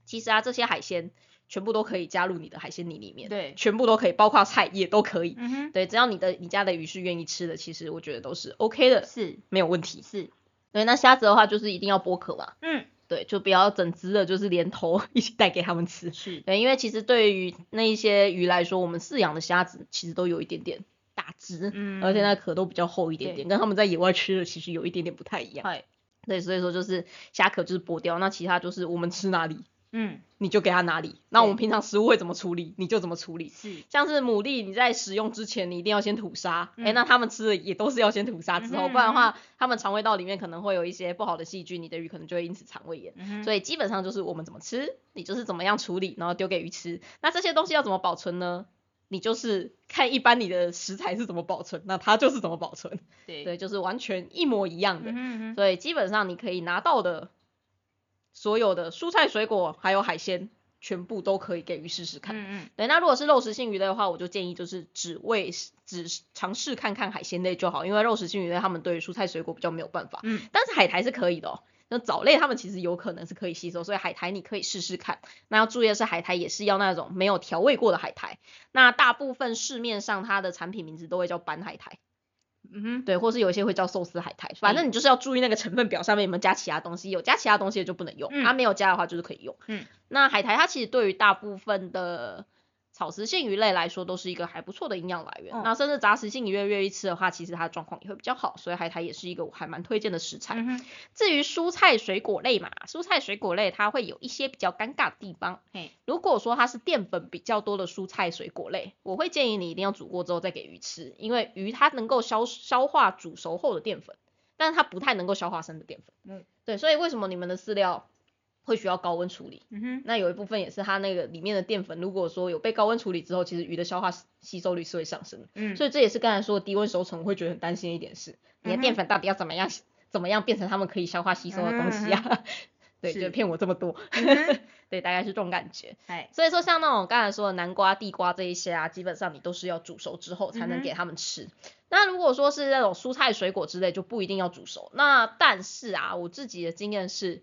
其实啊这些海鲜全部都可以加入你的海鲜泥里面，，
对，
全部都可以，包括菜也都可以。
嗯哼，
对，只要你的你家的鱼是愿意吃的，其实我觉得都是 OK 的，
是
没有问题。
是，
对，那虾子的话就是一定要剥壳嘛，
嗯，
对，就不要整只的，就是连头 一起带给他们吃。
是
对，因为其实对于那一些鱼来说，我们饲养的虾子其实都有一点点大只，
嗯
而且那壳都比较厚一点
对
点，跟他们在野外吃的其实有一点点不太一样。
嗨，
对，所以说就是虾壳就是剥掉，那其他就是我们吃哪里
嗯，
你就给它哪里，那我们
对
平常食物会怎么处理你就怎么处理。
是，
像是牡蛎，你在使用之前你一定要先吐沙，哎、
嗯
那他们吃的也都是要先吐沙之后，
嗯哼
不然的话，他们肠胃道里面可能会有一些不好的细菌，你的鱼可能就会因此肠胃炎。
嗯哼，
所以基本上就是我们怎么吃，你就是怎么样处理，然后丢给鱼吃。那这些东西要怎么保存呢？你就是看一般你的食材是怎么保存，那它就是怎么保存。
对
对，，就是完全一模一样的。
嗯哼嗯哼，
所以基本上你可以拿到的所有的蔬菜、水果还有海鲜，全部都可以给鱼试试看。
嗯嗯，
对，那如果是肉食性鱼类的话，我就建议就是只喂只尝试看看海鲜类就好，因为肉食性鱼类它们对于蔬菜水果比较没有办法。
嗯，
但是海苔是可以的哦。那藻类它们其实有可能是可以吸收，所以海苔你可以试试看。那要注意的是，海苔也是要那种没有调味过的海苔。那大部分市面上它的产品名字都会叫斑海苔，
嗯哼，
对，或是有一些会叫寿司海苔。
嗯
反正你就是要注意那个成分表上面有没有加其他东西，有加其他东西的就不能用，它、
嗯
没有加的话就是可以用。
嗯，
那海苔它其实对于大部分的草食性鱼类来说都是一个还不错的营养来源。
嗯
那甚至杂食性鱼类愿意吃的话，其实它的状况也会比较好，所以海苔也是一个我还蛮推荐的食材。
嗯哼，
至于蔬菜水果类嘛，蔬菜水果类它会有一些比较尴尬的地方。
嘿，
如果说它是淀粉比较多的蔬菜水果类，我会建议你一定要煮过之后再给鱼吃，因为鱼它能够消消化煮熟后的淀粉，但是它不太能够消化生的淀粉。
嗯，
对，所以为什么你们的饲料会需要高温处理？
嗯哼，
那有一部分也是它那个里面的淀粉，如果说有被高温处理之后，其实鱼的消化吸吸收率是会上升的。
嗯，
所以这也是刚才说的低温熟成，我会觉得很担心的一点是，你的
嗯哼
淀粉到底要怎么样怎么样变成他们可以消化吸收的东
嗯
西啊？ 对，
是
就骗我这么多，
嗯哼 哎
对，大概是这种感觉。
嗨，
所以说，像那种刚才说的南瓜、地瓜这一些啊，基本上你都是要煮熟之后才
嗯
能
哼
给他们吃。那如果说是那种蔬菜、水果之类，就不一定要煮熟。那但是啊，我自己的经验是，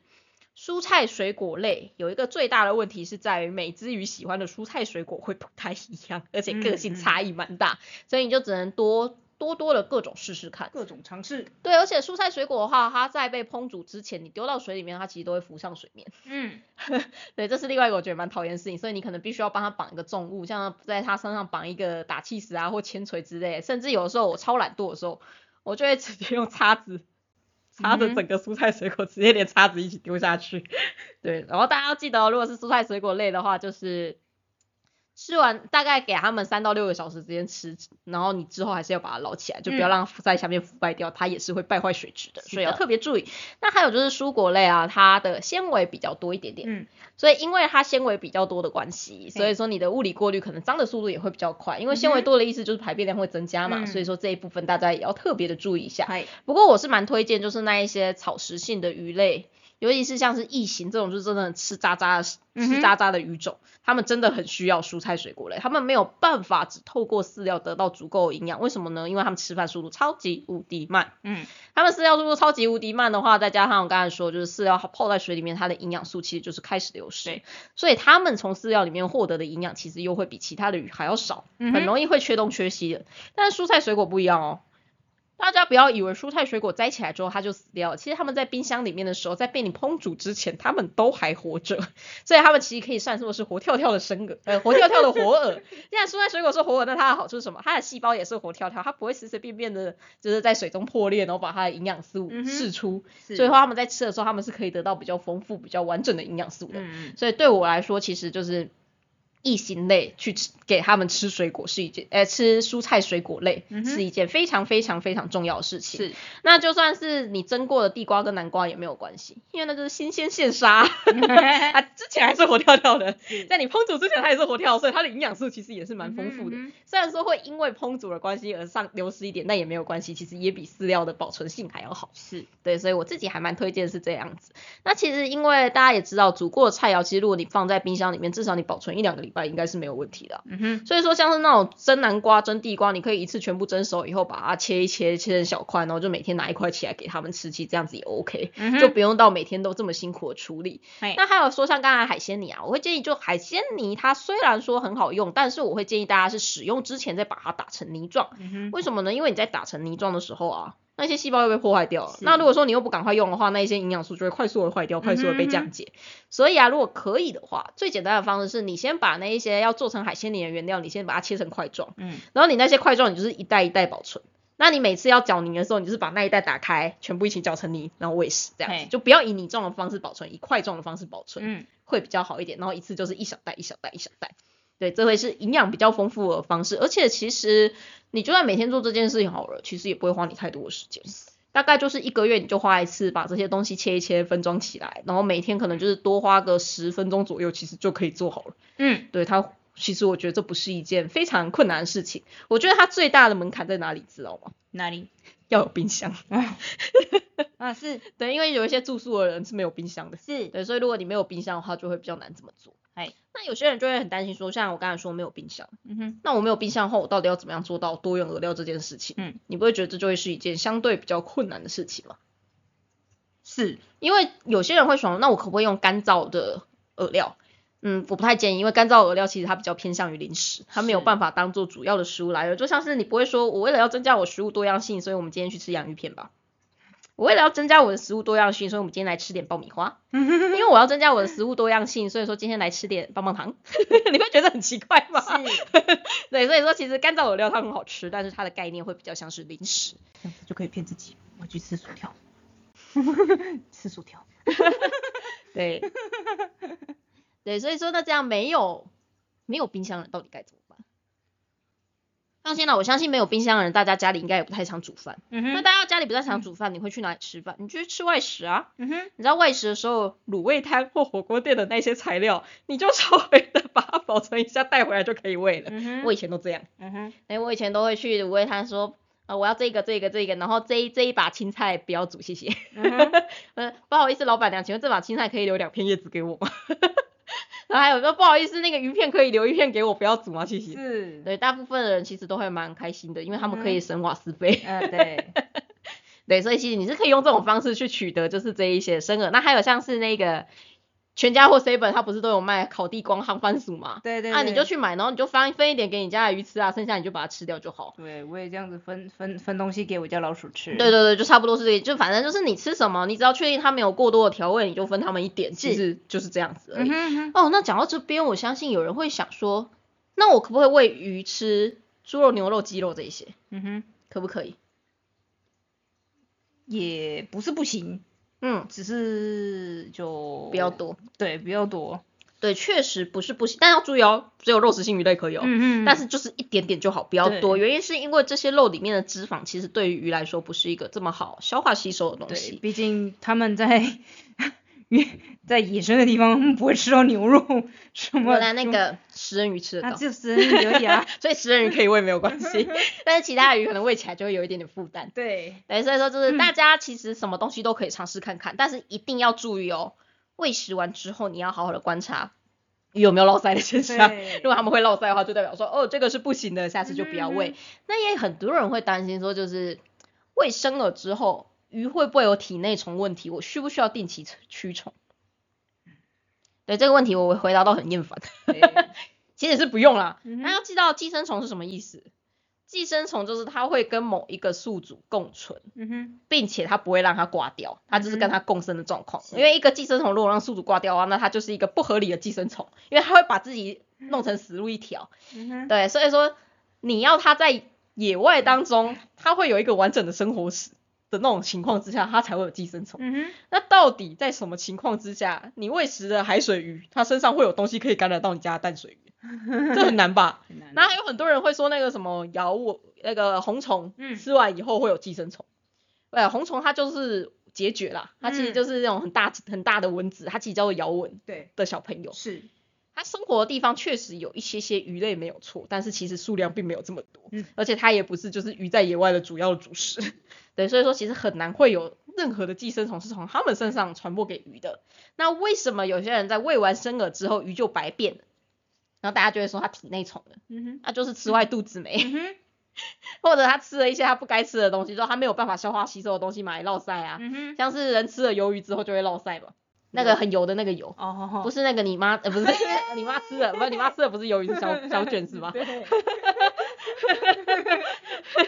蔬菜、水果类有一个最大的问题是在于每只鱼喜欢的蔬菜、水果会不太一样，而且个性
嗯嗯
差异蛮大，所以你就只能多多多的各种试试看。
各种尝试，
对，而且蔬菜水果的话，它在被烹煮之前，你丢到水里面，它其实都会浮上水面。
嗯，
对，这是另外一个我觉得蛮讨厌的事情，所以你可能必须要帮他绑一个重物，像在他身上绑一个打气石啊或铅锤之类的，甚至有的时候我超懒惰的时候，我就会直接用叉子叉着
嗯哼
整个蔬菜水果，直接连叉子一起丢下去。对，然后大家要记得哦、如果是蔬菜水果类的话，就是吃完大概给他们三到六个小时之间吃，然后你之后还是要把它捞起来，就不要
嗯
让它在下面腐败掉，它也是会败坏水质的，
是
所以要
的
特别注意。那还有就是蔬果类啊，它的纤维比较多一点点，
嗯，
所以因为它纤维比较多的关系，所以说你的物理过滤可能脏的速度也会比较快，因为纤维
嗯哼
多的意思就是排便量会增加嘛，
嗯
所以说这一部分大家也要特别的注意一下。
嗨，
不过我是蛮推荐，就是那一些草食性的鱼类，尤其是像是异形这种，就是真的很吃渣渣的、
嗯
吃
哼
渣渣的鱼种，他们真的很需要蔬菜水果类，他们没有办法只透过饲料得到足够的营养，为什么呢？因为他们吃饭速度超级无敌慢，
嗯，
他们饲料速度超级无敌慢的话，再加上我刚才说，就是饲料泡在水里面，它的营养素其实就是开始流失
对，
所以他们从饲料里面获得的营养其实又会比其他的鱼还要少，
嗯哼
很容易会缺东缺西的。但是蔬菜水果不一样哦。大家不要以为蔬菜水果摘起来之后它就死掉了，其实它们在冰箱里面的时候，在被你烹煮之前，它们都还活着，所以它们其实可以算作是活跳跳的生鹅，呃，活跳跳的活饵。 既然蔬菜水果是活饵，那它的好处是什么？它的细胞也是活跳跳，它不会随随便便的，就是在水中破裂，然后把它的营养素
嗯哼
释出。
是
所以说，他们在吃的时候，他们是可以得到比较丰富、比较完整的营养素的。
嗯，
所以对我来说，其实就是异形类去吃给他们吃水果是一件，呃，吃蔬菜水果类
嗯哼
是一件非常非常非常重要的事情。
是，
那就算是你蒸过的地瓜跟南瓜也没有关系，因为那就是新鲜现杀 啊，之前还是活跳跳的，在你烹煮之前它也是活跳，所以它的营养素其实也是蛮丰富的。
嗯哼
虽然说会因为烹煮的关系而上流失一点，但也没有关系，其实也比饲料的保存性还要好。
是，
对，所以我自己还蛮推荐是这样子。那其实因为大家也知道，煮过的菜肴，其实如果你放在冰箱里面，至少你保存一两个礼拜应该是没有问题的啊。
嗯哼，
所以说，像是那种蒸南瓜、蒸地瓜，你可以一次全部蒸熟以后，把它切一切，切成小块，然后就每天拿一块起来给他们吃，其实这样子也 OK，、
嗯哼
就不用到每天都这么辛苦的处理。
嘿
那还有说像刚才海鲜泥啊，我会建议就海鲜泥，它虽然说很好用，但是我会建议大家是使用之前再把它打成泥状。
嗯哼，
为什么呢？因为你在打成泥状的时候啊，那些细胞又被破坏掉了。
是
那如果说你又不赶快用的话，那一些营养素就会快速的坏掉，快速的被
嗯哼
降解。所以啊，如果可以的话，最简单的方式是你先把那一些要做成海鲜泥的原料，你先把它切成块状，
嗯，
然后你那些块状你就是一袋一袋保存。那你每次要搅泥的时候，你就是把那一袋打开，全部一起搅成泥，然后喂食，这样
嘿
子就不要以泥状的方式保存，以块状的方式保存。
嗯，
会比较好一点，然后一次就是一小袋一小袋一小袋，对，这会是营养比较丰富的方式，而且其实你就算每天做这件事情好了，其实也不会花你太多的时间，大概就是一个月你就花一次把这些东西切一切分装起来，然后每天可能就是多花个十分钟左右，其实就可以做好了。
嗯，
对它，其实我觉得这不是一件非常困难的事情，我觉得它最大的门槛在哪里，知道吗？
哪里？
要有冰箱，
啊，是
对，因为有一些住宿的人是没有冰箱的。
是，
对，所以如果你没有冰箱的话，就会比较难这么做。
哎，
那有些人就会很担心说，像我刚才说没有冰箱，
嗯哼，
那我没有冰箱后，我到底要怎么样做到多元饵料这件事情？
嗯，
你不会觉得这就会是一件相对比较困难的事情吗？
是，
因为有些人会想，那我可不可以用干燥的饵料？嗯，我不太建议，因为干燥饵料其实它比较偏向于零食，它没有
是
办法当做主要的食物来源。就像是你不会说，我为了要增加我食物多样性，所以我们今天去吃洋芋片吧。我为了要增加我的食物多样性，所以我们今天来吃点爆米 花。因为我要增加我的食物多样性，所以说今天来吃点棒棒糖。 你会觉得很奇怪吗？
是，
对，所以说其实干燥饵料它很好吃，但是它的概念会比较像是零食。
这样子就可以骗自己，我去吃薯 条，吃薯条，
对，对，所以说那这样没有没有冰箱人到底该怎么办？放心了，我相信没有冰箱的人，大家家里应该也不太常煮饭。
嗯
那，大家家里不太常煮饭，你会去哪里吃饭？你就去吃外食啊。
嗯哼，
你知道外食的时候，卤味摊或火锅店的那些材料，你就稍微的把它保存一下，带回来就可以喂了。
嗯哼，
我以，前都这样，
嗯哼，
哎，我以前都会去卤味摊说，啊、我要这个这个这个，然后这一这一把青菜不要煮，谢谢。
嗯哼，
嗯，不好意思，老板娘，请问这把青菜可以留两片叶子给我吗？ 然后还有说不好意思，那个鱼片可以留一片给我，不要煮吗？谢谢。
是，
对，大部分的人其实都会蛮开心的，因为他们可
嗯
以省瓦斯费。
呃，对，
对，所以其实你是可以用这种方式去取得就是这一些生饵。那还有像是那个全家或 seven，它不是都有卖烤地瓜、夯番薯吗？
对对，
啊，你
对
就，去买，然后你就分分一点给你家的鱼吃啊，剩下你就把它吃掉就好。
对我也这样子分分分东西给我家老鼠吃，
对对对，就差不多是这个，就反正就是你吃什么，你只要确定它没有过多的调味，你就分他们一点，其
是
实就是这样子而已
嗯。哼，嗯哼，
哦，那讲到这边，我相信有人会想说，那我可不可以喂鱼吃猪肉、牛肉、鸡肉这一些？
嗯哼，
可不可以？
也不是不行，
嗯，
只是就哦
比较，多。
对，比较多，
对，确实不是不行，但要注意哦，只有肉食性鱼类可以哦。
嗯嗯，
但是就是一点点就好，不要多。原因是因为这些肉里面的脂肪，其实对于鱼来说不是一个这么好消化吸收的东
对，
西。
毕竟他们在野在野生的地方，他们不会吃到牛肉什么
我
猪。
拿那个食人鱼吃得
啊，
到，
就是有 点啊，
所以食 人鱼可以喂没有关系，但是其他的鱼可能喂起来就会有一点点负担。
对，
对，所以说就是
嗯
大家其实什么东西都可以尝试看看，但是一定要注意哦，喂食完之后你要好好的观察鱼有没有落腮的现象。
对
如果他们会落腮的话，就代表说哦这个是不行的，下次就不要喂。
嗯
那也很多人会担心说，就是喂生了之后鱼会不会有体内虫问题？我需不需要定期驱虫？对这个问题我回答到很厌烦，
对
其实是不用啦，
嗯
那
哼
要知道寄生虫是什么意思？寄生虫就是它会跟某一个宿主共存，
嗯
并且它不会让它挂掉，它就是跟
嗯哼
它共生的状况。
是
因为一个寄生虫如果让宿主挂掉啊，那它就是一个不合理的寄生虫，因为它会把自己弄成死路一条。
哼，嗯哼，
对，所以说你要它在野外当中，它会有一个完整的生活史的那种情况之下，它才会有寄生虫。
嗯哼，
那到底在什么情况之下，你喂食的海水鱼，它身上会有东西可以感染到你家的淡水 鱼？这很难吧？
很难
然后
的
还有很多人会说那个什么咬我那个红虫，
嗯
吃完以后会有寄生虫。呃，红虫它就是孑孓啦，它其实
嗯
就是那种很大很大的蚊子，它其实叫做咬蚊
对
的小朋友。
是，
它生活的地方确实有一些些鱼类没有错，但是其实数量并没有这么多，
嗯
而且它也不是就是鱼在野外的主要主食。 对，所以说其实很难会有任何的寄生虫是从它们身上传播给鱼的。那为什么有些人在喂完生饵之后鱼就白变了？然后大家就会说它体内虫了。
嗯哼，
他就是吃坏肚子没，
嗯哼，
或者他吃了一些他不该吃的东西，之后他没有办法消化吸收的东西，买来落塞啊，
嗯哼，
像是人吃了鱿鱼之后就会落塞嘛，那个很油的那个油，
哦，好好
啊不是那个你妈， 呃不是你妈吃的，不是你妈吃的不是鱿鱼是小小卷 是吧？
对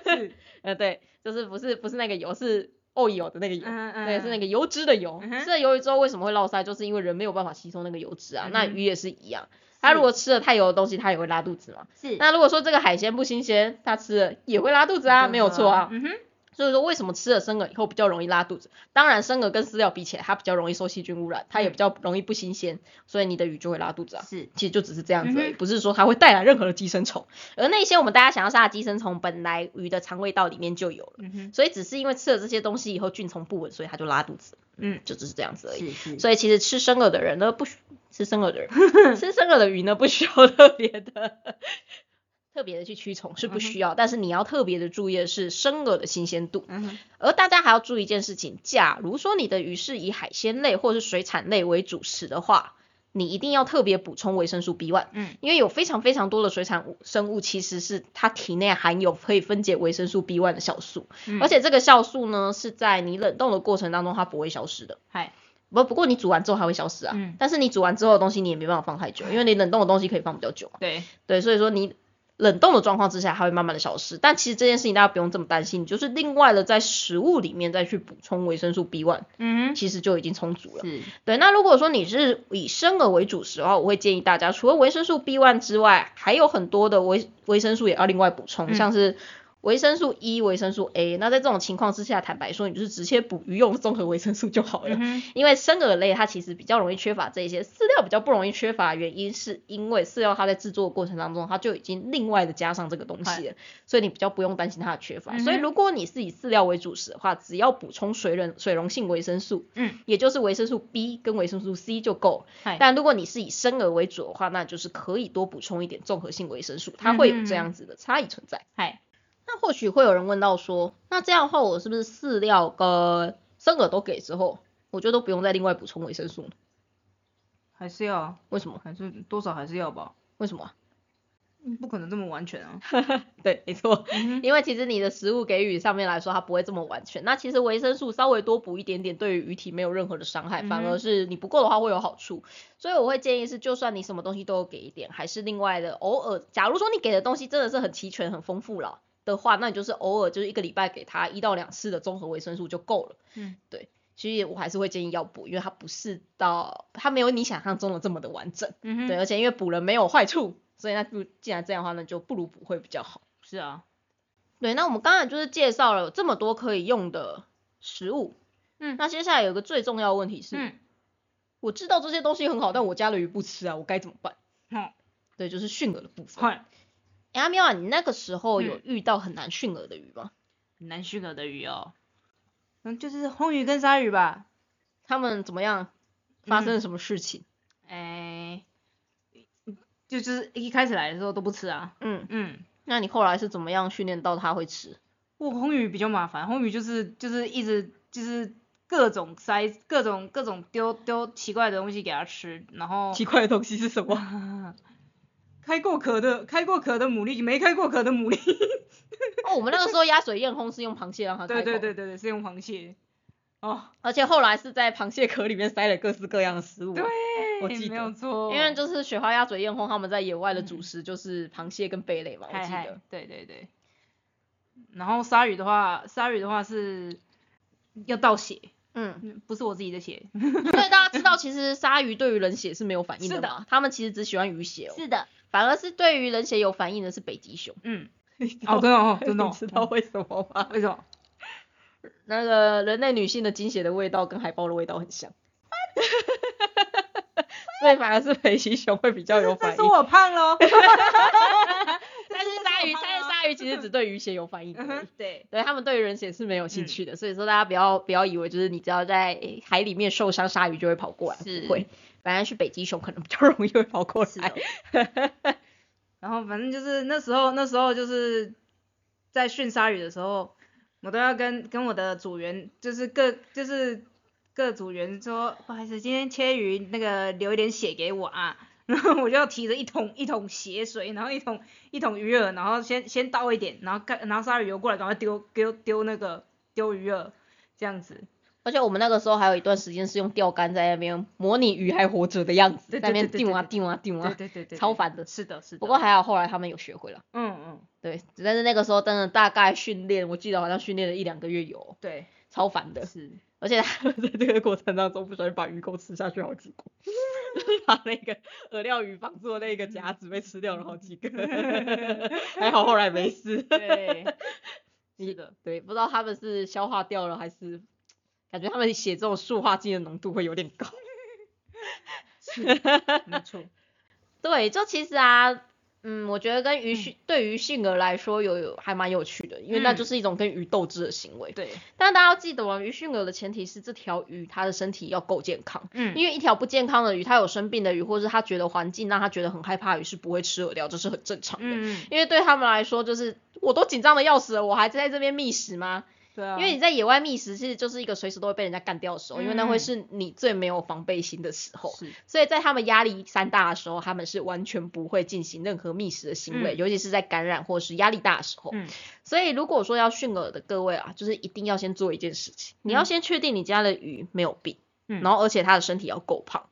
是
呃对，就是不是不是那个油是哦油的那个油。
嗯嗯，
对，是那个油脂的油。
嗯哼
吃了鱿鱼之后为什么会落腮？就是因为人没有办法吸收那个油脂啊。那
嗯哼
鱼也是一样，它如果吃了太油的东西，它也会拉肚子嘛。
是
那如果说这个海鲜不新鲜，它吃了也会拉肚子啊，没有错啊。
嗯哼，
所以说，为什么吃了生饵以后比较容易拉肚子？当然，生饵跟饲料比起来，它比较容易受细菌污染，它也比较容易不新鲜，所以你的鱼就会拉肚子啊。
是
其实就只是这样子而已，
嗯
不是说它会带来任何的寄生虫。而那些我们大家想要杀的寄生虫，本来鱼的肠胃道里面就有了，
嗯哼，
所以只是因为吃了这些东西以后菌虫不稳，所以它就拉肚子。
嗯，
就只是这样子而已。
是是，
所以其实吃生饵的人呢，不需吃生饵的 人，吃生饵的鱼呢，不需要特别的特别的去驱虫是
嗯
不需要，但是你要特别的注意的是生饵的新鲜度。
嗯哼，
而大家还要注意一件事情，假如说你的鱼是以海鲜类或是水产类为主食的话，你一定要特别补充维生素 B1，
嗯，
因为有非常非常多的水产物生物其实是它体内含有可以分解维生素 B1 的酵素，
嗯
而且这个酵素呢是在你冷冻的过程当中它不会消失的。
嗨，
不，不过你煮完之后还会消失啊。
嗯
但是你煮完之后的东西你也没办法放太久，因为你冷冻的东西可以放比较久啊。
对，
对，所以说你冷冻的状况之下，它会慢慢的消失。但其实这件事情大家不用这么担心，你就是另外的在食物里面再去补充维生素 B one，
嗯
其实就已经充足了。
是，
对，那如果说你是以生饵为主食的话，我会建议大家除了维生素 B one 之外，还有很多的维维生素也要另外补充，
嗯
像是。维生素 E、维生素 A，那在这种情况之下，坦白说，你就是直接补鱼用 综合维生素就好了。
嗯哼，
因为生饵类它其实比较容易缺乏这些饲料，比较不容易缺乏，原因是因为饲料它在制作的过程当中，它就已经另外的加上这个东西了，所以你比较不用担心它的缺乏。
嗯哼
所以如果你是以饲料为主食的话，只要补充水溶水溶性维生素，
嗯，
也就是维生素 B 跟维生素 C 就够了。
嗨，
但如果你是以生饵为主的话，那就是可以多补充一点综合性维生素，它会有这样子的差异存在。
嗯嗨，
那或许会有人问到说，那这样的话，我是不是饲料跟生饵都给之后，我就都不用再另外补充维生素呢？
还是要，
为什么？
还是多少还是要吧，嗯
为什么啊？
不可能这么完全啊，
对，没错，
嗯哼，
因为其实你的食物给予上面来说，它不会这么完全。那其实维生素稍微多补一点点，对于鱼体没有任何的伤害，反
嗯哼
而是你不够的话会有好处。所以我会建议是，就算你什么东西都有给一点，还是另外的偶尔，假如说你给的东西真的是很齐全、很丰富了的话，那你就是偶尔就是一个礼拜给它一到两次的综合维生素就够了。
嗯，
对。其实我还是会建议要补，因为它不是到它没有你想象中的这么的完整。
嗯哼，
对，，而且因为补了没有坏处，所以那不既然这样的话，那就不如补会比较好。
是啊，
对，那我们刚才就是介绍了这么多可以用的食物，
嗯
那接下来有一个最重要的问题是，
嗯，
我知道这些东西很好，但我家的鱼不吃啊，我该怎么办？
嗯
对，就是驯饵的部分。
哼，
哎，阿喵啊，你那个时候
嗯
有遇到很难驯饵的鱼吗？
很难驯饵的鱼哦。嗯，就是红鱼跟鲨鱼吧。
他们怎么样？发
嗯
生了什么事情？
哎、就就是一开始来的时候都不吃啊。
嗯，
嗯，
那你后来是怎么样训练到它会吃？
我红鱼比较麻烦，红鱼就是就是一直就是各种塞各种各种丢丢奇怪的东西给它吃，然后
奇怪的东西是什么？
开过壳的开过壳的牡蛎，没开过壳的牡蛎。
哦，我们那个时候鸭水燕烘是用螃蟹让它开
对
口
对对对对，是用螃蟹。哦，
而且后来是在螃蟹壳里面塞了各式各样的食物。
对，
我记
没
得
有错，
因为就是雪花鸭嘴燕烘他们在野外的主食就是螃蟹跟贝类嘛，我
嗨
记
嗨
得。，
对对对。然后鲨鱼的话，鲨鱼的话是要倒血，
嗯，
嗯不是我自己的血。
所以大家知道，其实鲨鱼对于人血是没有反应
是
的
的
嘛，它们其实只喜欢鱼血哦，
的，
反而是对于人血有反应的是北极熊。
嗯，哦，真的哦，真的哦
你，知道为什么吗？
为什么？
那个人类女性的精血的味道跟海豹的味道很像， 所以反而是北极熊会比较有
这
反
是
应。
我胖 喽。
但是鲨鱼，但是鲨鱼其实只对鱼血有反应而
嗯
已
哼，对，
对他们对于人血是没有兴趣的，所以说大家不要不要以为就是你只要在诶海里面受伤，鲨鱼就会跑过来，
是
不会，反而是哦北极熊可能比较容易会跑过
是
来
的。 然后反正就是那时候，那时候就是在训鲨鱼的时候，我都要跟跟我的组员，就是各就是各组员说，不好意思，今天切鱼那个留一点血给我啊。 然后我就要提着一桶一桶血水，然后一桶一桶鱼饵，然后先先倒一点，然后干，然后鲨鱼游过来，赶快丢丢丢那个丢鱼饵，这样子。
而且我们那个时候还有一段时间是用钓竿在那边模拟鱼还活着的样子，
对对
在那边
对对
定啊
对
定啊定
对
啊。
对对对，
超
对
烦的
是的，是的。
不过，还好后来他们有学会了，
嗯嗯，
对，但是那个时候真的大概训练，我记得好像训练了一两个月有，
对，
超烦的。
是。
而且他们在这个过程当中不小心把鱼钩吃下去好几个，就是把那个饵料鱼绑住的那个夹子被吃掉了好几个， 还好后来没事。
对，是的。
对，不知道他们是消化掉了还是，感觉他们写这种塑化剂的浓度会有点高。
是，没错，
对，就其实啊，嗯，我觉得跟鱼驯、对于驯鹅来说有有还蛮有趣的，因为那
嗯
就是一种跟鱼斗智的行为。
对，
但大家要记得哦，鱼驯鹅的前提是这条鱼它的身体要够健康。
嗯
因为一条不健康的鱼，它有生病的鱼，或是它觉得环境让它觉得很害怕的鱼，是不会吃饵料，这是很正常的。
嗯，
因为对他们来说，就是我都紧张的要死了，我还在这边觅食吗？
对啊，
因为你在野外觅食，其实就是一个随时都会被人家干掉的时候，因
嗯
为那会是你最没有防备心的时候。
是
所以在他们压力山大的时候，他们是完全不会进行任何觅食的行为，
嗯
尤其是在感染或是压力大的时候。
嗯
所以如果说要驯饵的各位啊，就是一定要先做一件事情，你要
嗯
先确定你家的鱼没有病，
嗯
然后而且它的身体要够胖。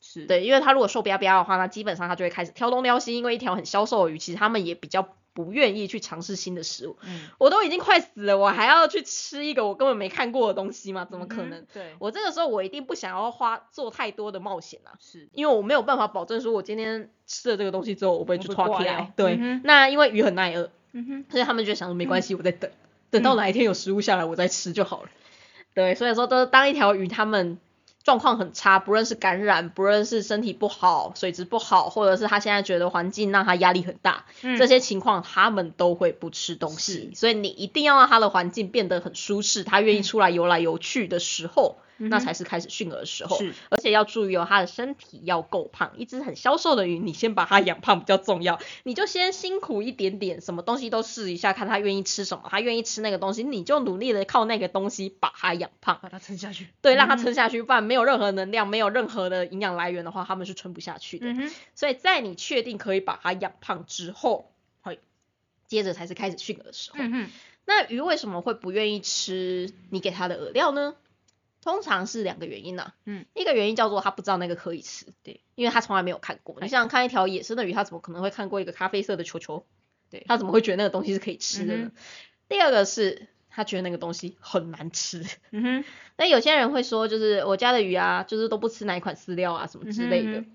是，
对，因为它如果瘦彪彪的话，那基本上它就会开始挑东挑西，因为一条很消瘦的鱼，其实他们也比较不愿意去尝试新的食物。
嗯，
我都已经快死了，我还要去吃一个我根本没看过的东西吗？怎么可能？
嗯哼？对，
我这个时候我一定不想要花做太多的冒险啊，
是，
因为我没有办法保证说我今天吃了这个东西之后我不会
我
去
不会
脱
挂
皮
掉
来。对，
嗯哼
那因为鱼很耐饿，
嗯哼，
所以他们就想说没关系，我再等，等到哪一天有食物下来我再吃就好了。对，所以说都当一条鱼它们状况很差，不论是感染，不论是身体不好、水质不好，或者是它现在觉得环境让它压力很大，这些情况它们都会不吃东西。所以你一定要让它的环境变得很舒适，它愿意出来游来游去的时候，那才是开始驯饵的时候。
是，
而且要注意哦，它的身体要够胖。一只很消瘦的鱼，你先把它养胖比较重要。你就先辛苦一点点，什么东西都试一下，看它愿意吃什么，它愿意吃那个东西，你就努力的靠那个东西把它养胖。
把它撑下去，
对，让它撑下去，不然没有任何能量，没有任何的营养来源的话，它们是撑不下去的。
嗯哼，
所以在你确定可以把它养胖之后，
嘿
接着才是开始训饵的时候。
嗯哼，
那鱼为什么会不愿意吃你给它的饵料呢？通常是两个原因呐、
嗯，
一个原因叫做它不知道那个可以吃，
对，
因为它从来没有看过。你想想看，一条野生的鱼，它怎么可能会看过一个咖啡色的球球？
对
它怎么会觉得那个东西是可以吃的呢？
嗯
第二个是它觉得那个东西很难吃。
嗯 哼，
那有些人会说，就是我家的鱼啊，就是都不吃哪一款饲料啊，什么之类的。
嗯哼嗯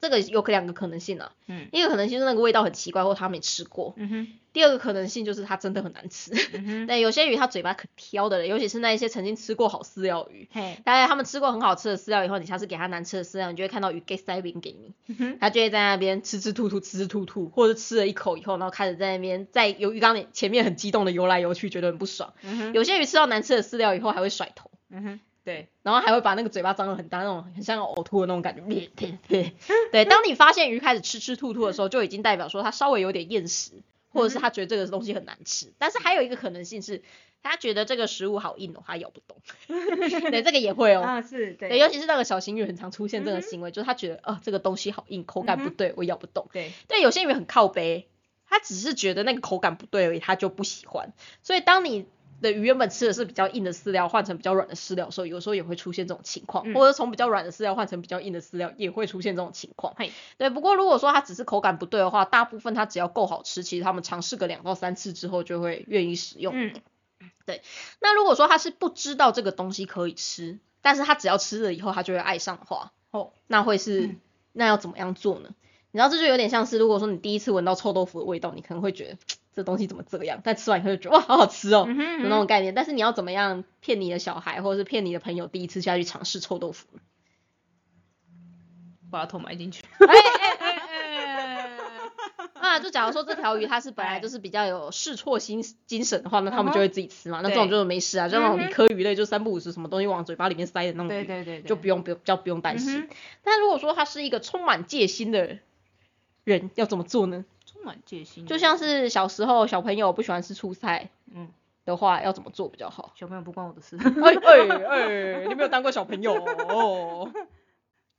这个有两个可能性啊，
嗯
一个可能性是那个味道很奇怪，或他没吃过；
嗯哼，
第二个可能性就是它真的很难吃。
嗯哼，
但有些鱼它嘴巴可挑的了，尤其是那一些曾经吃过好饲料鱼，
嘿，
大概他们吃过很好吃的饲料以后，你下次给它难吃的饲料，你就会看到鱼给塞饼给你，
嗯哼，
它就会在那边吃吃吐吐吃吃吐吐，或者吃了一口以后，然后开始在那边在有鱼缸里前面很激动的游来游去，觉得很不爽。
嗯哼，
有些鱼吃到难吃的饲料以后还会甩头，
嗯哼，
对，然后还会把那个嘴巴张得很大，那种很像要呕吐的那种感 觉。呸呸呸对，当你发现鱼开始吃吃吐吐的时候，就已经代表说它稍微有点厌食，或者是它觉得这个东西很难 吃。但是还有一个可能性是，它觉得这个食物好硬哦，它咬不动。 对，这个也会哦。
啊，是
对，
对，嗯
尤其是那个小型鱼很常出现这个行为，就是它觉得哦、这个东西好硬，口感不
嗯哼
对，我咬不动。
对，
对，有些鱼很靠背，它只是觉得那个口感不对而已，它就不喜欢。所以当你的鱼原本吃的是比较硬的饲料，换成比较软的饲料的时候，有时候也会出现这种情况，
嗯
或者从比较软的饲料换成比较硬的饲料，也会出现这种情况。
嘿，
对，不过如果说它只是口感不对的话，大部分它只要够好吃，其实他们尝试个两到三次之后就会愿意使用。
嗯
那如果说他是不知道这个东西可以吃，但是他只要吃了以后他就会爱上的话，
哦，
那会是、
嗯
那要怎么样做呢？你知道这就有点像是，如果说你第一次闻到臭豆腐的味道，你可能会觉得嘖这东西怎么这样，但吃完以后就觉得哇好好吃哦、
嗯哼
的那种概念。但是你要怎么样骗你的小孩或者是骗你的朋友第一次下去尝试臭豆腐？
把头埋 进去，哎
啊，就假如说这条鱼它是本来就是比较有试错心精神的话，那他们就会自己吃嘛。那这种
对
就是没事啊，就那种
嗯哼
理科鱼类就三不五时什么东西往嘴巴里面塞 的那种鱼，
哎对对对，对
就不用不用比较不用担心。
嗯
但如果说他是一个充满戒心的人，要怎么做呢？
充满戒心，
就像是小时候小朋友不喜欢吃蔬菜
嗯，？
的话，要怎么做比较好
小朋友不关我的事，
哎哎哎，你没有当过小朋友哦。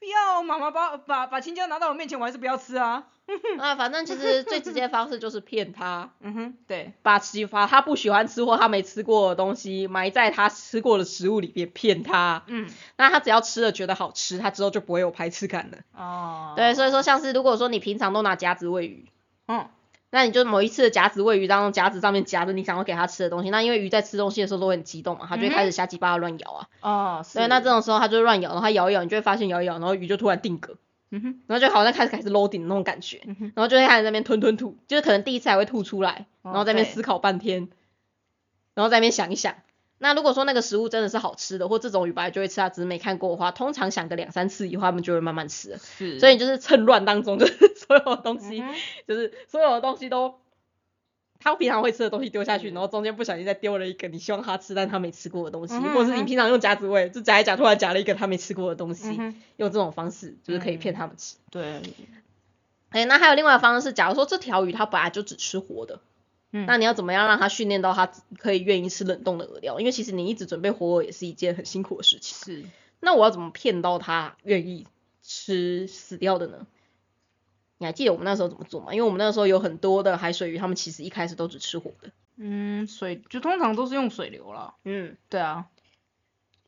不要妈妈把把把青椒拿到我面前，我还是不要吃啊，
啊，反正其实最直接的方式就是骗他，
嗯哼，对，
把其把他不喜欢吃或他没吃过的东西埋在他吃过的食物里面骗他。
嗯，
那他只要吃了觉得好吃，他之后就不会有排斥感了。
哦，
对，，所以说像是如果说你平常都拿夹子喂鱼，
嗯，
那你就某一次的夹子喂鱼当中，夹子上面夹着你想要给它吃的东西。那因为鱼在吃东西的时候都会很激动嘛，它就会开始瞎鸡巴地乱咬啊。
哦，嗯是
对，那这，种时候它就会乱咬，然后它咬一咬，你就会发现咬一咬，然后鱼就突然定格，
嗯哼，
然后就好像开始开始 loading 那种感觉，
嗯哼，
然后就会开始在那边吞吞吐，就是可能第一次还会吐出来，
哦
然后在那边
对
思考半天，然后在那边想一想。那如果说那个食物真的是好吃的，或这种鱼本来就会吃，它只是没看过的话，通常想个两三次以后，它们就会慢慢吃了。
是，
所以你就是趁乱当中，就是 所有东西
嗯哼
就是所有的东西都，他平常会吃的东西丢下去，
嗯
然后中间不小心再丢了一个你希望他吃但他没吃过的东西，
嗯哼
或者是
嗯
你
哼
平常用夹子喂，就夹一夹，突然夹了一个他没吃过的东西，
嗯哼嗯
用这种方式就是可以骗他们吃。
对，
哎、那还有另外一个方式是，假如说这条鱼它本来就只吃活的，
嗯
那你要怎么样让它训练到它可以愿意吃冷冻的饵料？因为其实你一直准备活饵也是一件很辛苦的事情。
是，
那我要怎么骗到它愿意吃死掉的呢？你还记得我们那时候怎么做吗？因为我们那时候有很多的海水鱼，它们其实一开始都只吃活的。
嗯，水就通常都是用水流啦，
嗯，
对啊，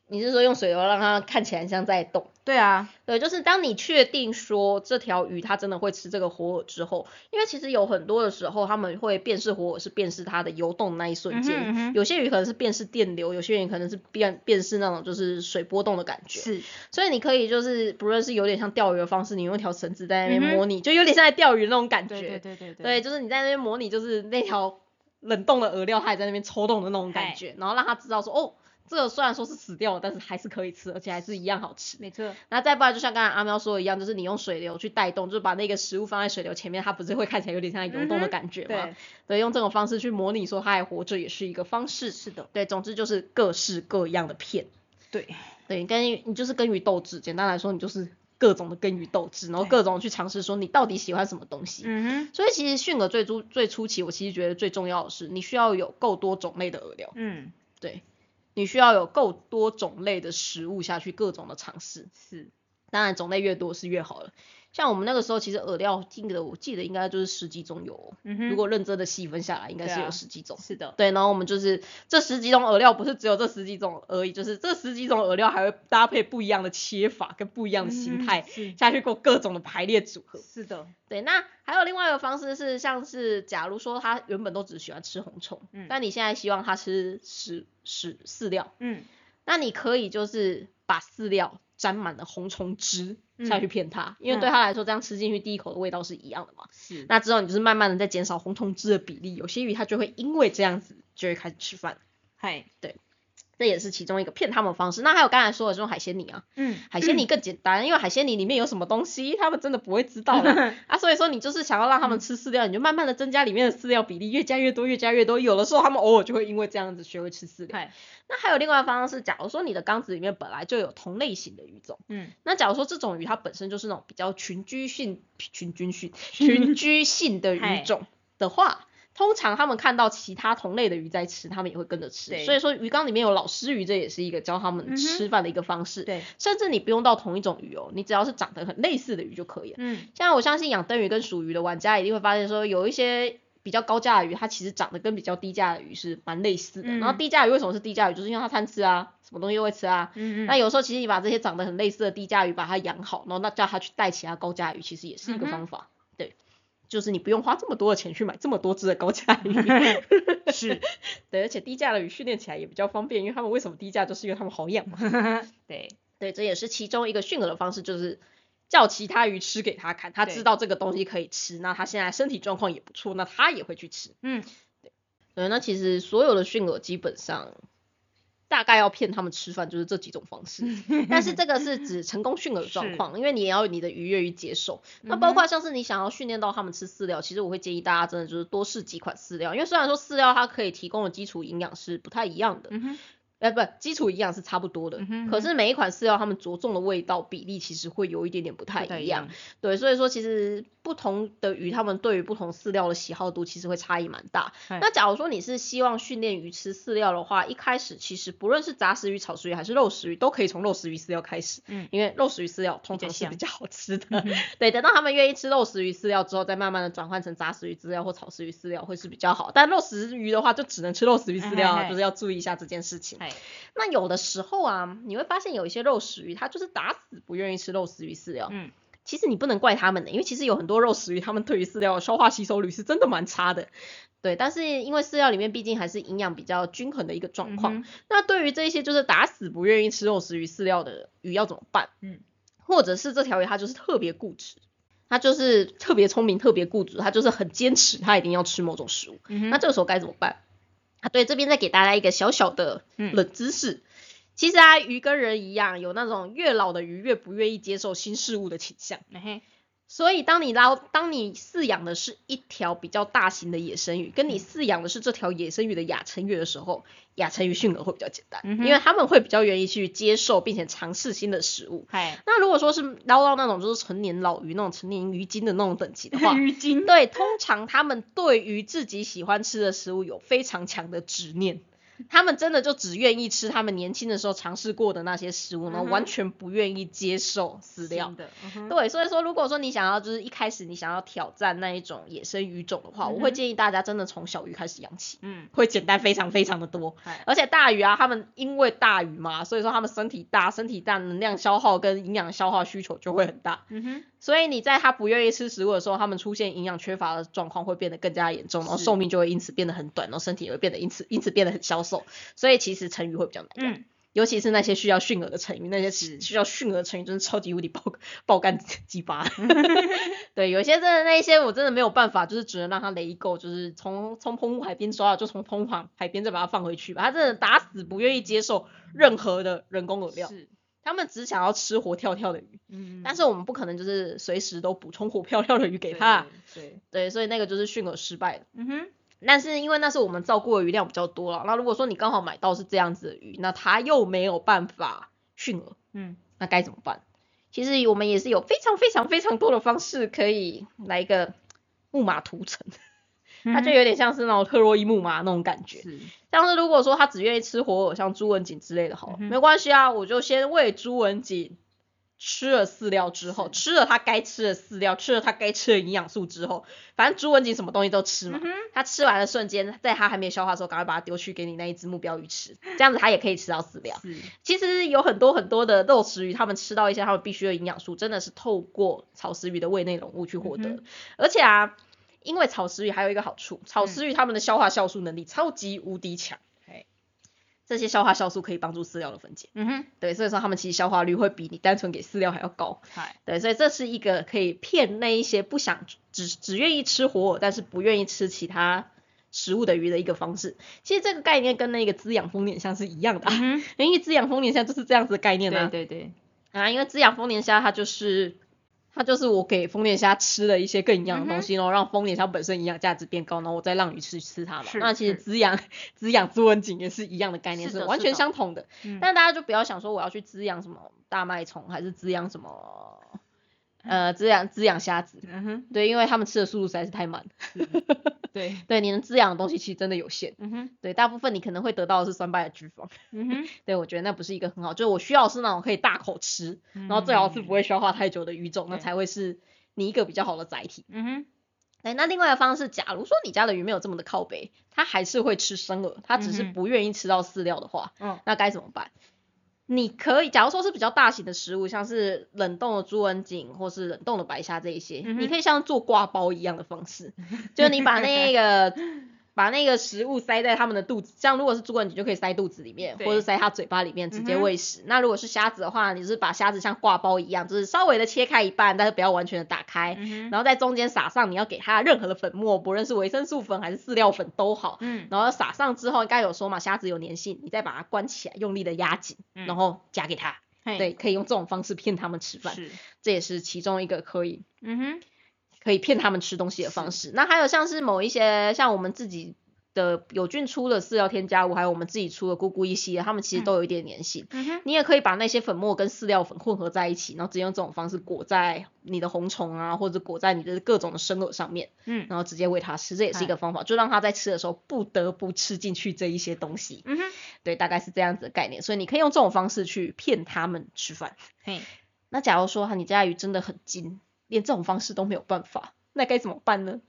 你是说用水流让它看起来像在动？
对啊，
对，就是当你确定说这条鱼它真的会吃这个活饵之后，因为其实有很多的时候，他们会辨识活饵是辨识它的游动那一瞬间，
嗯哼嗯哼
有些鱼可能是辨识电流，有些鱼可能是辨辨识那种就是水波动的感觉。
是，
所以你可以就是不论是有点像钓鱼的方式，你用一条绳子在那
嗯
边
哼
模拟，就有点像在钓鱼那种感觉。
对对对对
对，就是你在那边模拟，就是那条冷冻的饵料，它也在那边抽动的那种感
嗨
觉，然后让它知道说，哦，这个虽然说是死掉了，但是还是可以吃，而且还是一样好吃。
没错，
那再不然，就像刚才阿喵说的一样，就是你用水流去带动，就是把那个食物放在水流前面，它不是会看起来有点像在游动的
嗯哼
感觉吗？
对，
对，用这种方式去模拟说它还活着也是一个方式。
是的，
对，总之就是各式各样的骗。
对，
对，跟你就是跟鱼斗智，简单来说，你就是各种的跟鱼斗智，然后
对
各种去尝试说你到底喜欢什么东西。
嗯哼，
所以其实驯鹅最初最初期，我其实觉得最重要的是，你需要有够多种类的饵料，
嗯，
对，你需要有够多种类的食物下去各种的尝试。
是，
当然种类越多是越好了。像我们那个时候，其实饵料进的，我记得应该就是十几种有哦、
嗯哼，
如果认真的细分下来，应该是
对啊
有十几种。
是的，
对，然后我们就是这十几种饵料，不是只有这十几种而已，就是这十几种饵料还会搭配不一样的切法跟不一样的形态、
嗯是
下去过各种的排列组合。
是的，
对，那还有另外一个方式是，像是假如说它原本都只喜欢吃红虫，
嗯
但你现在希望它吃食食饲料，
嗯，
那你可以就是把饲料沾满了红虫汁，下去骗它，因为
嗯
对它来说，这样吃进去第一口的味道是一样的嘛。
是，
那之后你就是慢慢的在减少红虫汁的比例，有些鱼它就会因为这样子就会开始吃饭，
嗨，
这也是其中一个骗它们的方式。那还有刚才说的这种海鲜泥啊，
嗯，
海鲜泥更简单，因为海鲜泥里面有什么东西，它们真的不会知道的啊。所以说你就是想要让它们吃饲料，你就慢慢的增加里面的饲料比例，越加越多，越加越多。有的时候它们偶尔就会因为这样子学会吃饲料。
嗨，
那还有另外一个方式，假如说你的缸子里面本来就有同类型的鱼种。
嗯，
那假如说这种鱼它本身就是那种比较群居性、群居 性、群居性的
嗨
鱼种的话，通常他们看到其他同类的鱼在吃，他们也会跟着吃
对。
所以说鱼缸里面有老师鱼，这也是一个教他
嗯哼
们吃饭的一个方式。
对，
甚至你不用到同一种鱼哦，你只要是长得很类似的鱼就可以了。
嗯，
现在我相信养灯鱼跟属鱼的玩家一定会发现说，有一些比较高价的鱼，它其实长得跟比较低价的鱼是蛮类似的。
嗯
然后低价鱼为什么是低价鱼，就是因为它贪吃啊，什么东西都会吃啊。
嗯
那有时候其实你把这些长得很类似的低价鱼把它养好，然后那叫它去带其他高价鱼，其实也是一个
嗯哼
方法。对，就是你不用花这么多的钱去买这么多只的高价鱼。
嗯， 是，
对，而且低价的鱼训练起来也比较方便，因为它们为什么低价，就是因为它们好 养嘛。
对，
对，这也是其中一个驯饵的方式，就是叫其他鱼吃给它看，它
对
知道这个东西可以吃，那它现在身体状况也不错，那它也会去吃。
嗯，
对，那其实所有的驯饵基本上大概要骗它们吃饭，就是这几种方 式。但是这个是指成功驯饵的
是嗯
状况，因为你也要你的鱼愿意接受。那包括像是你想要训练到它们吃饲料，其实我会建议大家真的就是多试几款饲料，因为虽然说饲料它可以提供的基础营养是不太一样的，
嗯哼，
呃，不，基础营养是差不多的，
嗯哼
可是每一款饲料它们着重的味道比例其实会有一点点不太
不太
一
一样
样，对，所以说其实不同的鱼，它们对于不同饲料的喜好度其实会差异蛮大。
哎
那假如说你是希望训练鱼吃饲料的话，一开始其实不论是杂食鱼、草食鱼还是肉食鱼，都可以从肉食鱼饲料开始，
嗯
因为肉食鱼饲料通
比较
常是比
香嗯
较好吃的，对，等到他们愿意吃肉食鱼饲料之后，再慢慢的转换成杂食鱼饲料或草食鱼饲料会是比较好。但肉食鱼的话，就只能吃肉食鱼饲料
哎哎
啊，
哎
就是要注意一下这件事情。
嗨，
那有的时候啊，你会发现有一些肉食鱼，它就是打死不愿意吃肉食鱼饲料。
嗯，
其实你不能怪它们的，因为其实有很多肉食鱼，它们对于饲料的消化吸收率是真的蛮差的。对，但是因为饲料里面毕竟还是营养比较均衡的一个状况，
嗯哼
那对于这一些就是打死不愿意吃肉食鱼饲料的鱼要怎么办？
嗯，
或者是这条鱼它就是特别固执，它就是特别聪明、特别固执，它就是很坚持，它一定要吃某种食物。
嗯哼
那这个时候该怎么办？啊，对，这边再给大家一个小小的
嗯
冷知识。其实啊，鱼跟人一样，有那种越老的鱼越不愿意接受新事物的倾向。
哎嘿，
所以，当你捞，当你饲养的是一条比较大型的野生鱼，跟你
嗯
饲养的是这条野生鱼的亚成鱼的时候，亚成鱼驯饵会比较简单，
嗯哼
因为他们会比较愿意去接受并且尝试新的食 物。
嗨，
那如果说是捞到那种就是成年老鱼那种成年鱼精的那种等级的话，
鱼精，
对，通常他们对于自己喜欢吃的食物有非常强的执念，他们真的就只愿意吃他们年轻的时候尝试过的那些食物，然后
嗯哼
完全不愿意接受饲料
新。的，嗯哼
对，所以说，如果说你想要就是一开始你想要挑战那一种野生鱼种的话，我
嗯
会
哼
建议大家真的从小鱼开始养起，
嗯，
会简单非常非常的多。
嗨，
而且大鱼啊，他们因为大鱼嘛，所以说他们身体大，身体大，能量消耗跟营养消耗需求就会很大。
嗯哼，
所以你在它不愿意吃食物的时候，它们出现营养缺乏的状况会变得更加严重，然后
是
寿命就会因此变得很短，然后身体也会变得因此因此变得很消瘦。所以其实成鱼会比较难养，
嗯，
尤其是那些需要驯饵的成鱼，那些
是
需要驯饵的成鱼真的超级无敌爆 爆干鸡 巴。对，有一些真的那一些我真的没有办法，就是只能让它雷够，就是从从澎湖海边抓到，就从澎湖海边再把它放回去吧。它真的打死不愿意接受任何的人工饵料，
是，
它们只想要吃活跳跳的鱼。
嗯，
但是我们不可能就是随时都补充活漂亮的鱼给
对
他，，
对，
对，所以那个就是驯饵失败了。
嗯哼，
但是因为那是我们照顾的鱼量比较多了，那如果说你刚好买到是这样子的鱼，那它又没有办法驯饵，
嗯，
那该怎么办？其实我们也是有非常非常非常多的方式可以来一个木马屠城，它就
嗯哼
有点像是那种特洛伊木马那种感觉。
是，
像是如果说他只愿意吃活饵，像朱文锦之类的，好了，
嗯哼
没关系啊，我就先喂朱文锦吃了饲料之后，吃了他该吃的饲料，吃了他该吃的营养素之后，反正朱文锦什么东西都吃嘛，
嗯哼
他吃完的瞬间，在他还没消化的时候，赶快把它丢去给你那一只目标鱼吃，这样子他也可以吃到饲料。
是，
其实有很多很多的肉食鱼，它们吃到一些它们必须的营养素，真的是透过草食鱼的胃内容物去获得。
嗯
而且啊，因为草食鱼还有一个好处，草食鱼它们的消化酵素能力超级无敌强。
嘿
这些消化酵素可以帮助饲料的分解。
嗯哼，
对，所以说它们其实消化率会比你单纯给饲料还要高。
嗨，
对，所以这是一个可以骗那一些不想只只愿意吃活饵，但是不愿意吃其他食物的鱼的一个方式。其实这个概念跟那个滋养丰年虾是一样的、啊，
嗯哼，
因为滋养丰年虾就是这样子的概念
对
啊。
对对，
啊，因为滋养丰年虾它就是它就是我给丰年虾吃了一些更营养的东
嗯
西，然后让丰年虾本身营养价值变高，然后我再让鱼吃吃它嘛。
是
那其实
是
滋养滋养朱文锦也是一样的概念，
是
是
的
完
是
全
的
相同的。
嗯
但大家就不要想说我要去滋养什么大麦虫，还是滋养什么呃滋养滋养虾子，
嗯哼，
对，因为他们吃的速度实在是太慢。
对，
对，你能滋养的东西其实真的有限。
嗯哼，
对，大部分你可能会得到的是酸败的脂肪。
嗯哼，
对，我觉得那不是一个很好，就是我需要是那种可以大口吃，
然
然后最好
嗯
是不，会消化太久的鱼种，那
对
才会是你一个比较好的载体。
嗯哼，
对，那另外一个方式，假如说你家的鱼没有这么的靠北，它还是会吃生饵，它只是
嗯哼
不愿意吃到饲料的话，
嗯
那该怎么办？你可以，假如说是比较大型的食物，像是冷冻的猪文锦或是冷冻的白虾这一些，
嗯哼
你可以像做挂包一样的方 式，就是你把那个把那个食物塞在它们的肚子，像如果是猪文锦就可以塞肚子里面，或
对
者塞它嘴巴里面直接
嗯哼
喂食。那如果是虾子的话，你就是把虾子像挂包一样，就是稍微的切开一半，但是不要完全的打开，
嗯哼，
然后在中间撒上你要给它任何的粉末，不论是维生素粉还是饲料粉都好，
嗯，
然后撒上之后，应该有说嘛，虾子有粘性，你再把它关起来，用力的压紧，
嗯
然后夹给它。
嘿
对，，可以用这种方式骗他们吃饭，
是，
这也是其中一个可以
嗯哼，
可以骗他们吃东西的方式。那还有像是某一些像我们自己的有菌出的饲料添加物，还有我们自己出的咕咕一系列，它们其实
嗯
都有一点粘性。
嗯哼，
你也可以把那些粉末跟饲料粉混合在一起，然后直接用这种方式裹在你的红虫啊，或者裹在你的各种的生饵上面，
嗯，
然后直接喂它吃，这也是一个方法，就让它在吃的时候不得不吃进去这一些东西。
嗯哼，
对，大概是这样子的概念，所以你可以用这种方式去骗它们吃饭。
嘿，
那假如说哈你家的鱼真的很精，连这种方式都没有办法，那该怎么办呢？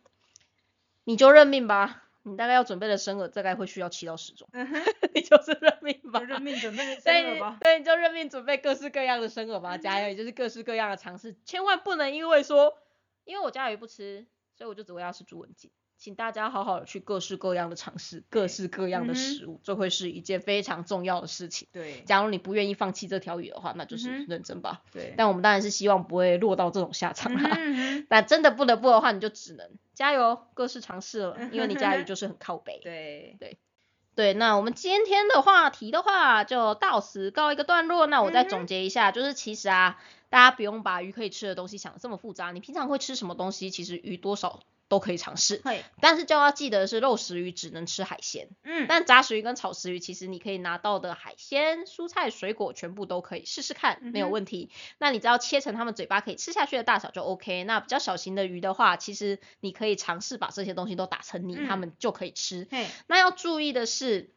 你就认命吧。你大概要准备的生饵大概会需要七到十种，
嗯哼，
你就是认命吧。
就认命准备
所
生
以
了吧，
对，你就认命准备各式各样的生饵吧，加油，也就是各式各样的尝试，千万不能因为说，因为我家鱼不吃，所以我就只喂它吃猪文锦。请大家好好的去各式各样的尝试，各式各样的
嗯哼
食物，这会是一件非常重要的事情。
对，
假如你不愿意放弃这条鱼的话，那就是
嗯哼
认真吧。
对，
但我们当然是希望不会落到这种下场
嗯
啦。
哼嗯哼
但真的不得不的话，你就只能加油，各式尝试
嗯
了，因为你家鱼就是很靠北。
对，
对，那我们今天的话题的话，就到此告一个段落。那我再
嗯哼
总结一下，就是其实啊，大家不用把鱼可以吃的东西想的这么复杂。你平常会吃什么东西，其实鱼多少都可以尝试。
嘿，
但是就要记得是肉食鱼只能吃海鲜，
嗯，
但杂食鱼跟草食鱼，其实你可以拿到的海鲜、蔬菜、水果全部都可以试试看，没有
嗯哼
问题。那你只要切成它们嘴巴可以吃下去的大小就 OK。那比较小型的鱼的话，其实你可以尝试把这些东西都打成泥，它
嗯
们就可以吃。
嘿，
那要注意的是，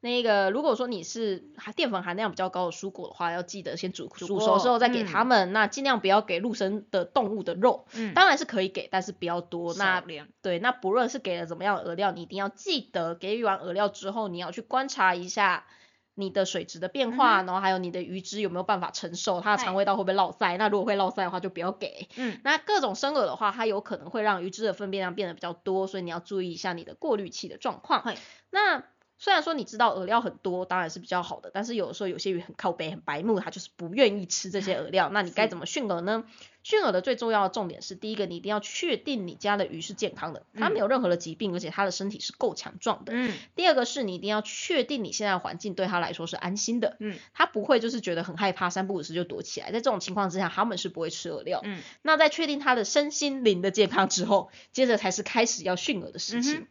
那个如果说你是含淀粉含量比较高的蔬果的话，要记得先煮
煮
煮熟
过
之后再给
嗯
它们。那尽量不要给陆生的动物的肉，
嗯，
当然是可以给，但是不要多。那
少量，
对，那不论是给了怎么样的饵料，你一定要记得给予完饵料之后，你要去观察一下你的水质的变化，然后还有你的鱼汁有没有办法承受，它的
嗯嗨
肠胃道会不会落塞。那如果会落塞的话，就不要给。
嗯，
那各种生饵的话，它有可能会让鱼汁的粪便量变得比较多，所以你要注意一下你的过滤器的状况
嗨。
那虽然说你知道饵料很多，当然是比较好的，但是有的时候有些鱼很靠背、很白目，它就是不愿意吃这些饵料。那你该
是
怎么训饵呢？驯饵的最重要的重点是，第一个，你一定要确定你家的鱼是健康的，它
嗯
没有任何的疾病，而且它的身体是够强壮的。
嗯，
第二个是你一定要确定你现在的环境对它来说是安心的，
嗯，
它不会就是觉得很害怕，三不五时就躲起来。在这种情况之下，它们是不会吃饵料。
嗯，
那在确定它的身心灵的健康之后，接着才是开始要驯饵的事情。
嗯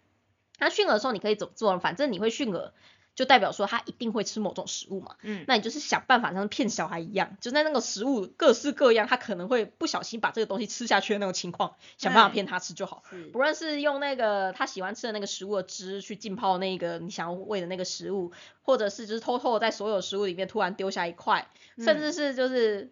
那驯饵的时候你可以怎么做呢？反正你会驯饵，就代表说它一定会吃某种食物嘛。
嗯
那你就是想办法像骗小孩一样，就在那个食物各式各样，他可能会不小心把这个东西吃下去的那种情况，想办法
嗯
骗他吃就好。
是
不论是用那个他喜欢吃的那个食物的汁去浸泡那个你想要喂的那个食物，或者是就是偷偷的在所有食物里面突然丢下一块，甚
嗯
至是就是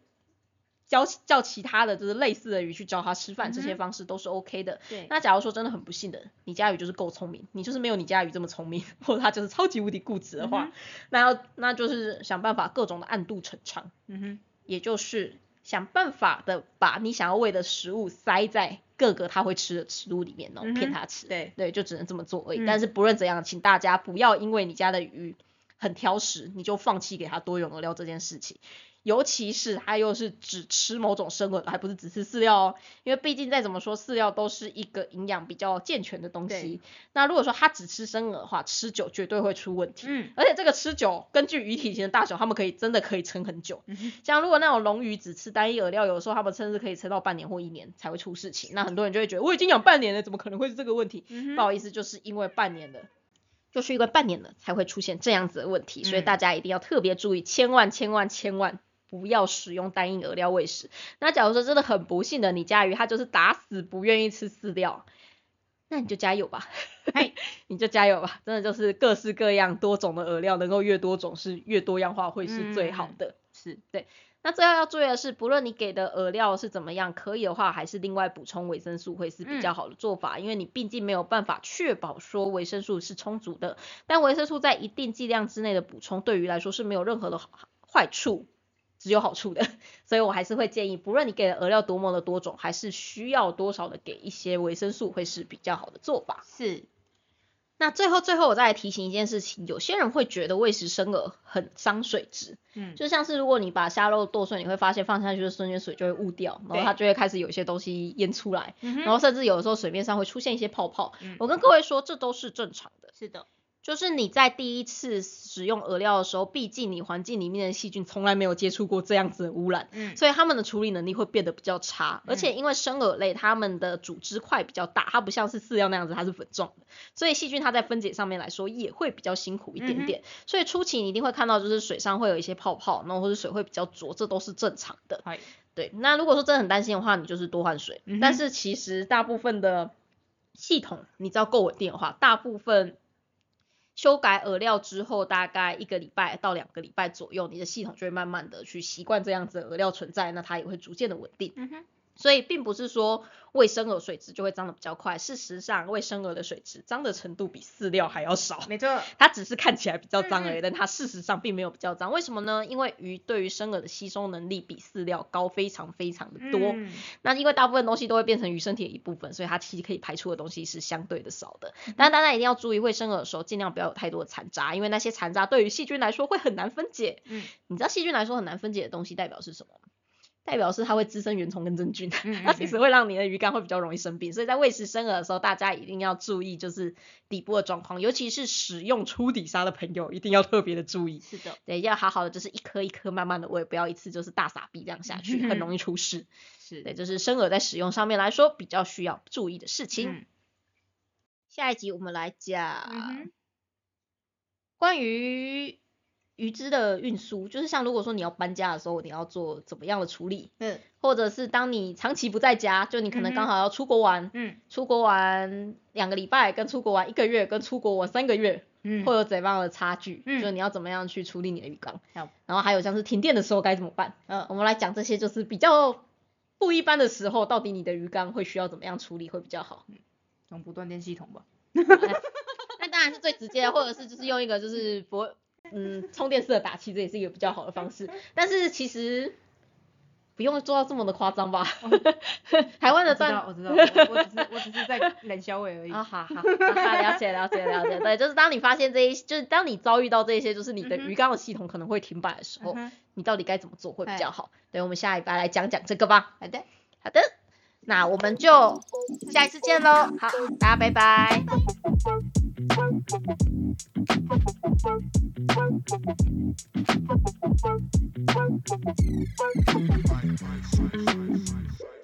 教叫其他的就是类似的鱼去教他吃饭，这些
嗯哼
方式都是 OK 的。
对，
那假如说真的很不幸的，你家鱼就是够聪明，你就是没有你家鱼这么聪明， 或者它就是超级无敌固执的话，
嗯哼
那要那就是想办法各种的暗度陈仓，
嗯哼，
也就是想办法的把你想要喂的食物塞在各个它会吃的食物里面，然后
嗯
骗
哼
它吃。
对，
对，就只能这么做而已。
嗯
但是不论怎样，请大家不要因为你家的鱼很挑食，你就放弃给它多元饵料这件事情。尤其是它又是只吃某种生饵，还不是只吃饲料哦，因为毕竟再怎么说，饲料都是一个营养比较健全的东西
对。
那如果说它只吃生饵的话，吃久绝对会出问题。
嗯，
而且这个吃久，根据鱼体型的大小，它们可以真的可以撑很久。
嗯哼
像如果那种龙鱼只吃单一饵料，有时候它们甚至可以撑到半年或一年才会出事情。那很多人就会觉得我已经养半年了，怎么可能会是这个问题？
嗯
不
哼
好意思，就是因为半年了，就是因为半年了才会出现这样子的问题，所以
嗯
大家一定要特别注意，千万千万千万。不要使用单一饵料喂食。那假如说真的很不幸的，你家鱼它就是打死不愿意吃饲料，那你就加油吧
嗨，
你就加油吧。真的就是各式各样多种的饵料，能够越多种是越多样化会是最好
嗯
的。
是
那最后要注意的是，不论你给的饵料是怎么样，可以的话还是另外补充维生素会是比较好的做法，因为你毕竟没有办法确保说维生素是充足的，但维生素在一定剂量之内的补充，对于来说是没有任何的好坏处。只有好处的， 所以我还是会建议，不论你给的饵料多么的多种，还是需要多少的给一些维生素会是比较好的做法。
是，
那最后最后我再来提醒一件事情，有些人会觉得喂食生饵很伤水质，
嗯，
就像是如果你把虾肉剁碎，你会发现放下去的瞬间水就会雾掉，然后
对
它就会开始有一些东西淹出来，
嗯
然
哼
后甚至有的时候水面上会出现一些泡泡。
嗯
我跟各位说，这都是正常的。
是的，
就是你在第一次使用饵料的时候，毕竟你环境里面的细菌从来没有接触过这样子的污染，
嗯，
所以它们的处理能力会变得比较差，
嗯
而且因为生饵类它们的组织块比较大，它不像是饲料那样子它是粉状的，所以细菌它在分解上面来说也会比较辛苦一
嗯
点点。所以初期你一定会看到就是水上会有一些泡泡，然后或者水会比较浊，这都是正常的。
嗨
对，那如果说真的很担心的话，你就是多换水。
嗯哼
但是其实大部分的系统，你只要够稳定的话，大部分修改饵料之后，大概一个礼拜到两个礼拜左右，你的系统就会慢慢的去习惯这样子的饵料存在，那它也会逐渐的稳定。
嗯哼，
所以并不是说喂生饵水质就会涨得比较快，事实上喂生饵的水质涨的程度比饲料还要少。
没错，
它只是看起来比较脏
嗯嗯
而已，但它事实上并没有比较脏。为什么呢？因为鱼对于生饵的吸收能力比饲料高非常非常的多。
嗯
那因为大部分东西都会变成鱼身体的一部分，所以它其实可以排出的东西是相对的少的。
嗯
但大家一定要注意，喂生饵的时候尽量不要有太多的残渣，因为那些残渣对于细菌来说会很难分解。
嗯
你知道细菌来说很难分解的东西代表是什么吗？代表是它会滋生原虫跟真菌。
嗯
它
嗯
其实会让你的鱼竿会比较容易生病，所以在喂食生饵的时候，大家一定要注意就是底部的状况，尤其是使用初底沙的朋友一定要特别的注意
嗯，是的，
对，要好好的就是一颗一颗慢慢的喂，不要一次就是大傻逼这样下去，很容易出事。
是嗯
对，就是生饵在使用上面来说比较需要注意的事情。
嗯
下一集我们来讲、
嗯哼
关于鱼只的运输，就是像如果说你要搬家的时候，你要做怎么样的处理，
嗯
或者是当你长期不在家，就你可能刚
嗯哼
好要出国玩，
嗯
出国玩两个礼拜，跟出国玩一个月，跟出国玩三个月，
嗯，
会有怎样的差距？
嗯
就你要怎么样去处理你的鱼缸？
好
然后还有像是停电的时候该怎么办？
嗯
我们来讲这些就是比较不一般的时候，到底你的鱼缸会需要怎么样处理会比较好？
总不断电系统吧，
那当然是最直接的，或者是就是用一个就是不嗯充电式的打气，这也是一个比较好的方式。但是其实不用做到这么的夸张吧？ 台湾
我
的
知道
断
我知道，我我只是我只是在冷消委而已，
啊，好 好，好好了解了解了解，对，就是当你发现这一，就是当你遭遇到这一些，就是你的
嗯哼
鱼缸的系统可能会停摆的时候，
嗯哼
你到底该怎么做会比
哎
较好？对，我们下一拜来讲讲这个吧。
好的，
好的，那我们就下一次见喽。好，大家拜拜。
Bye.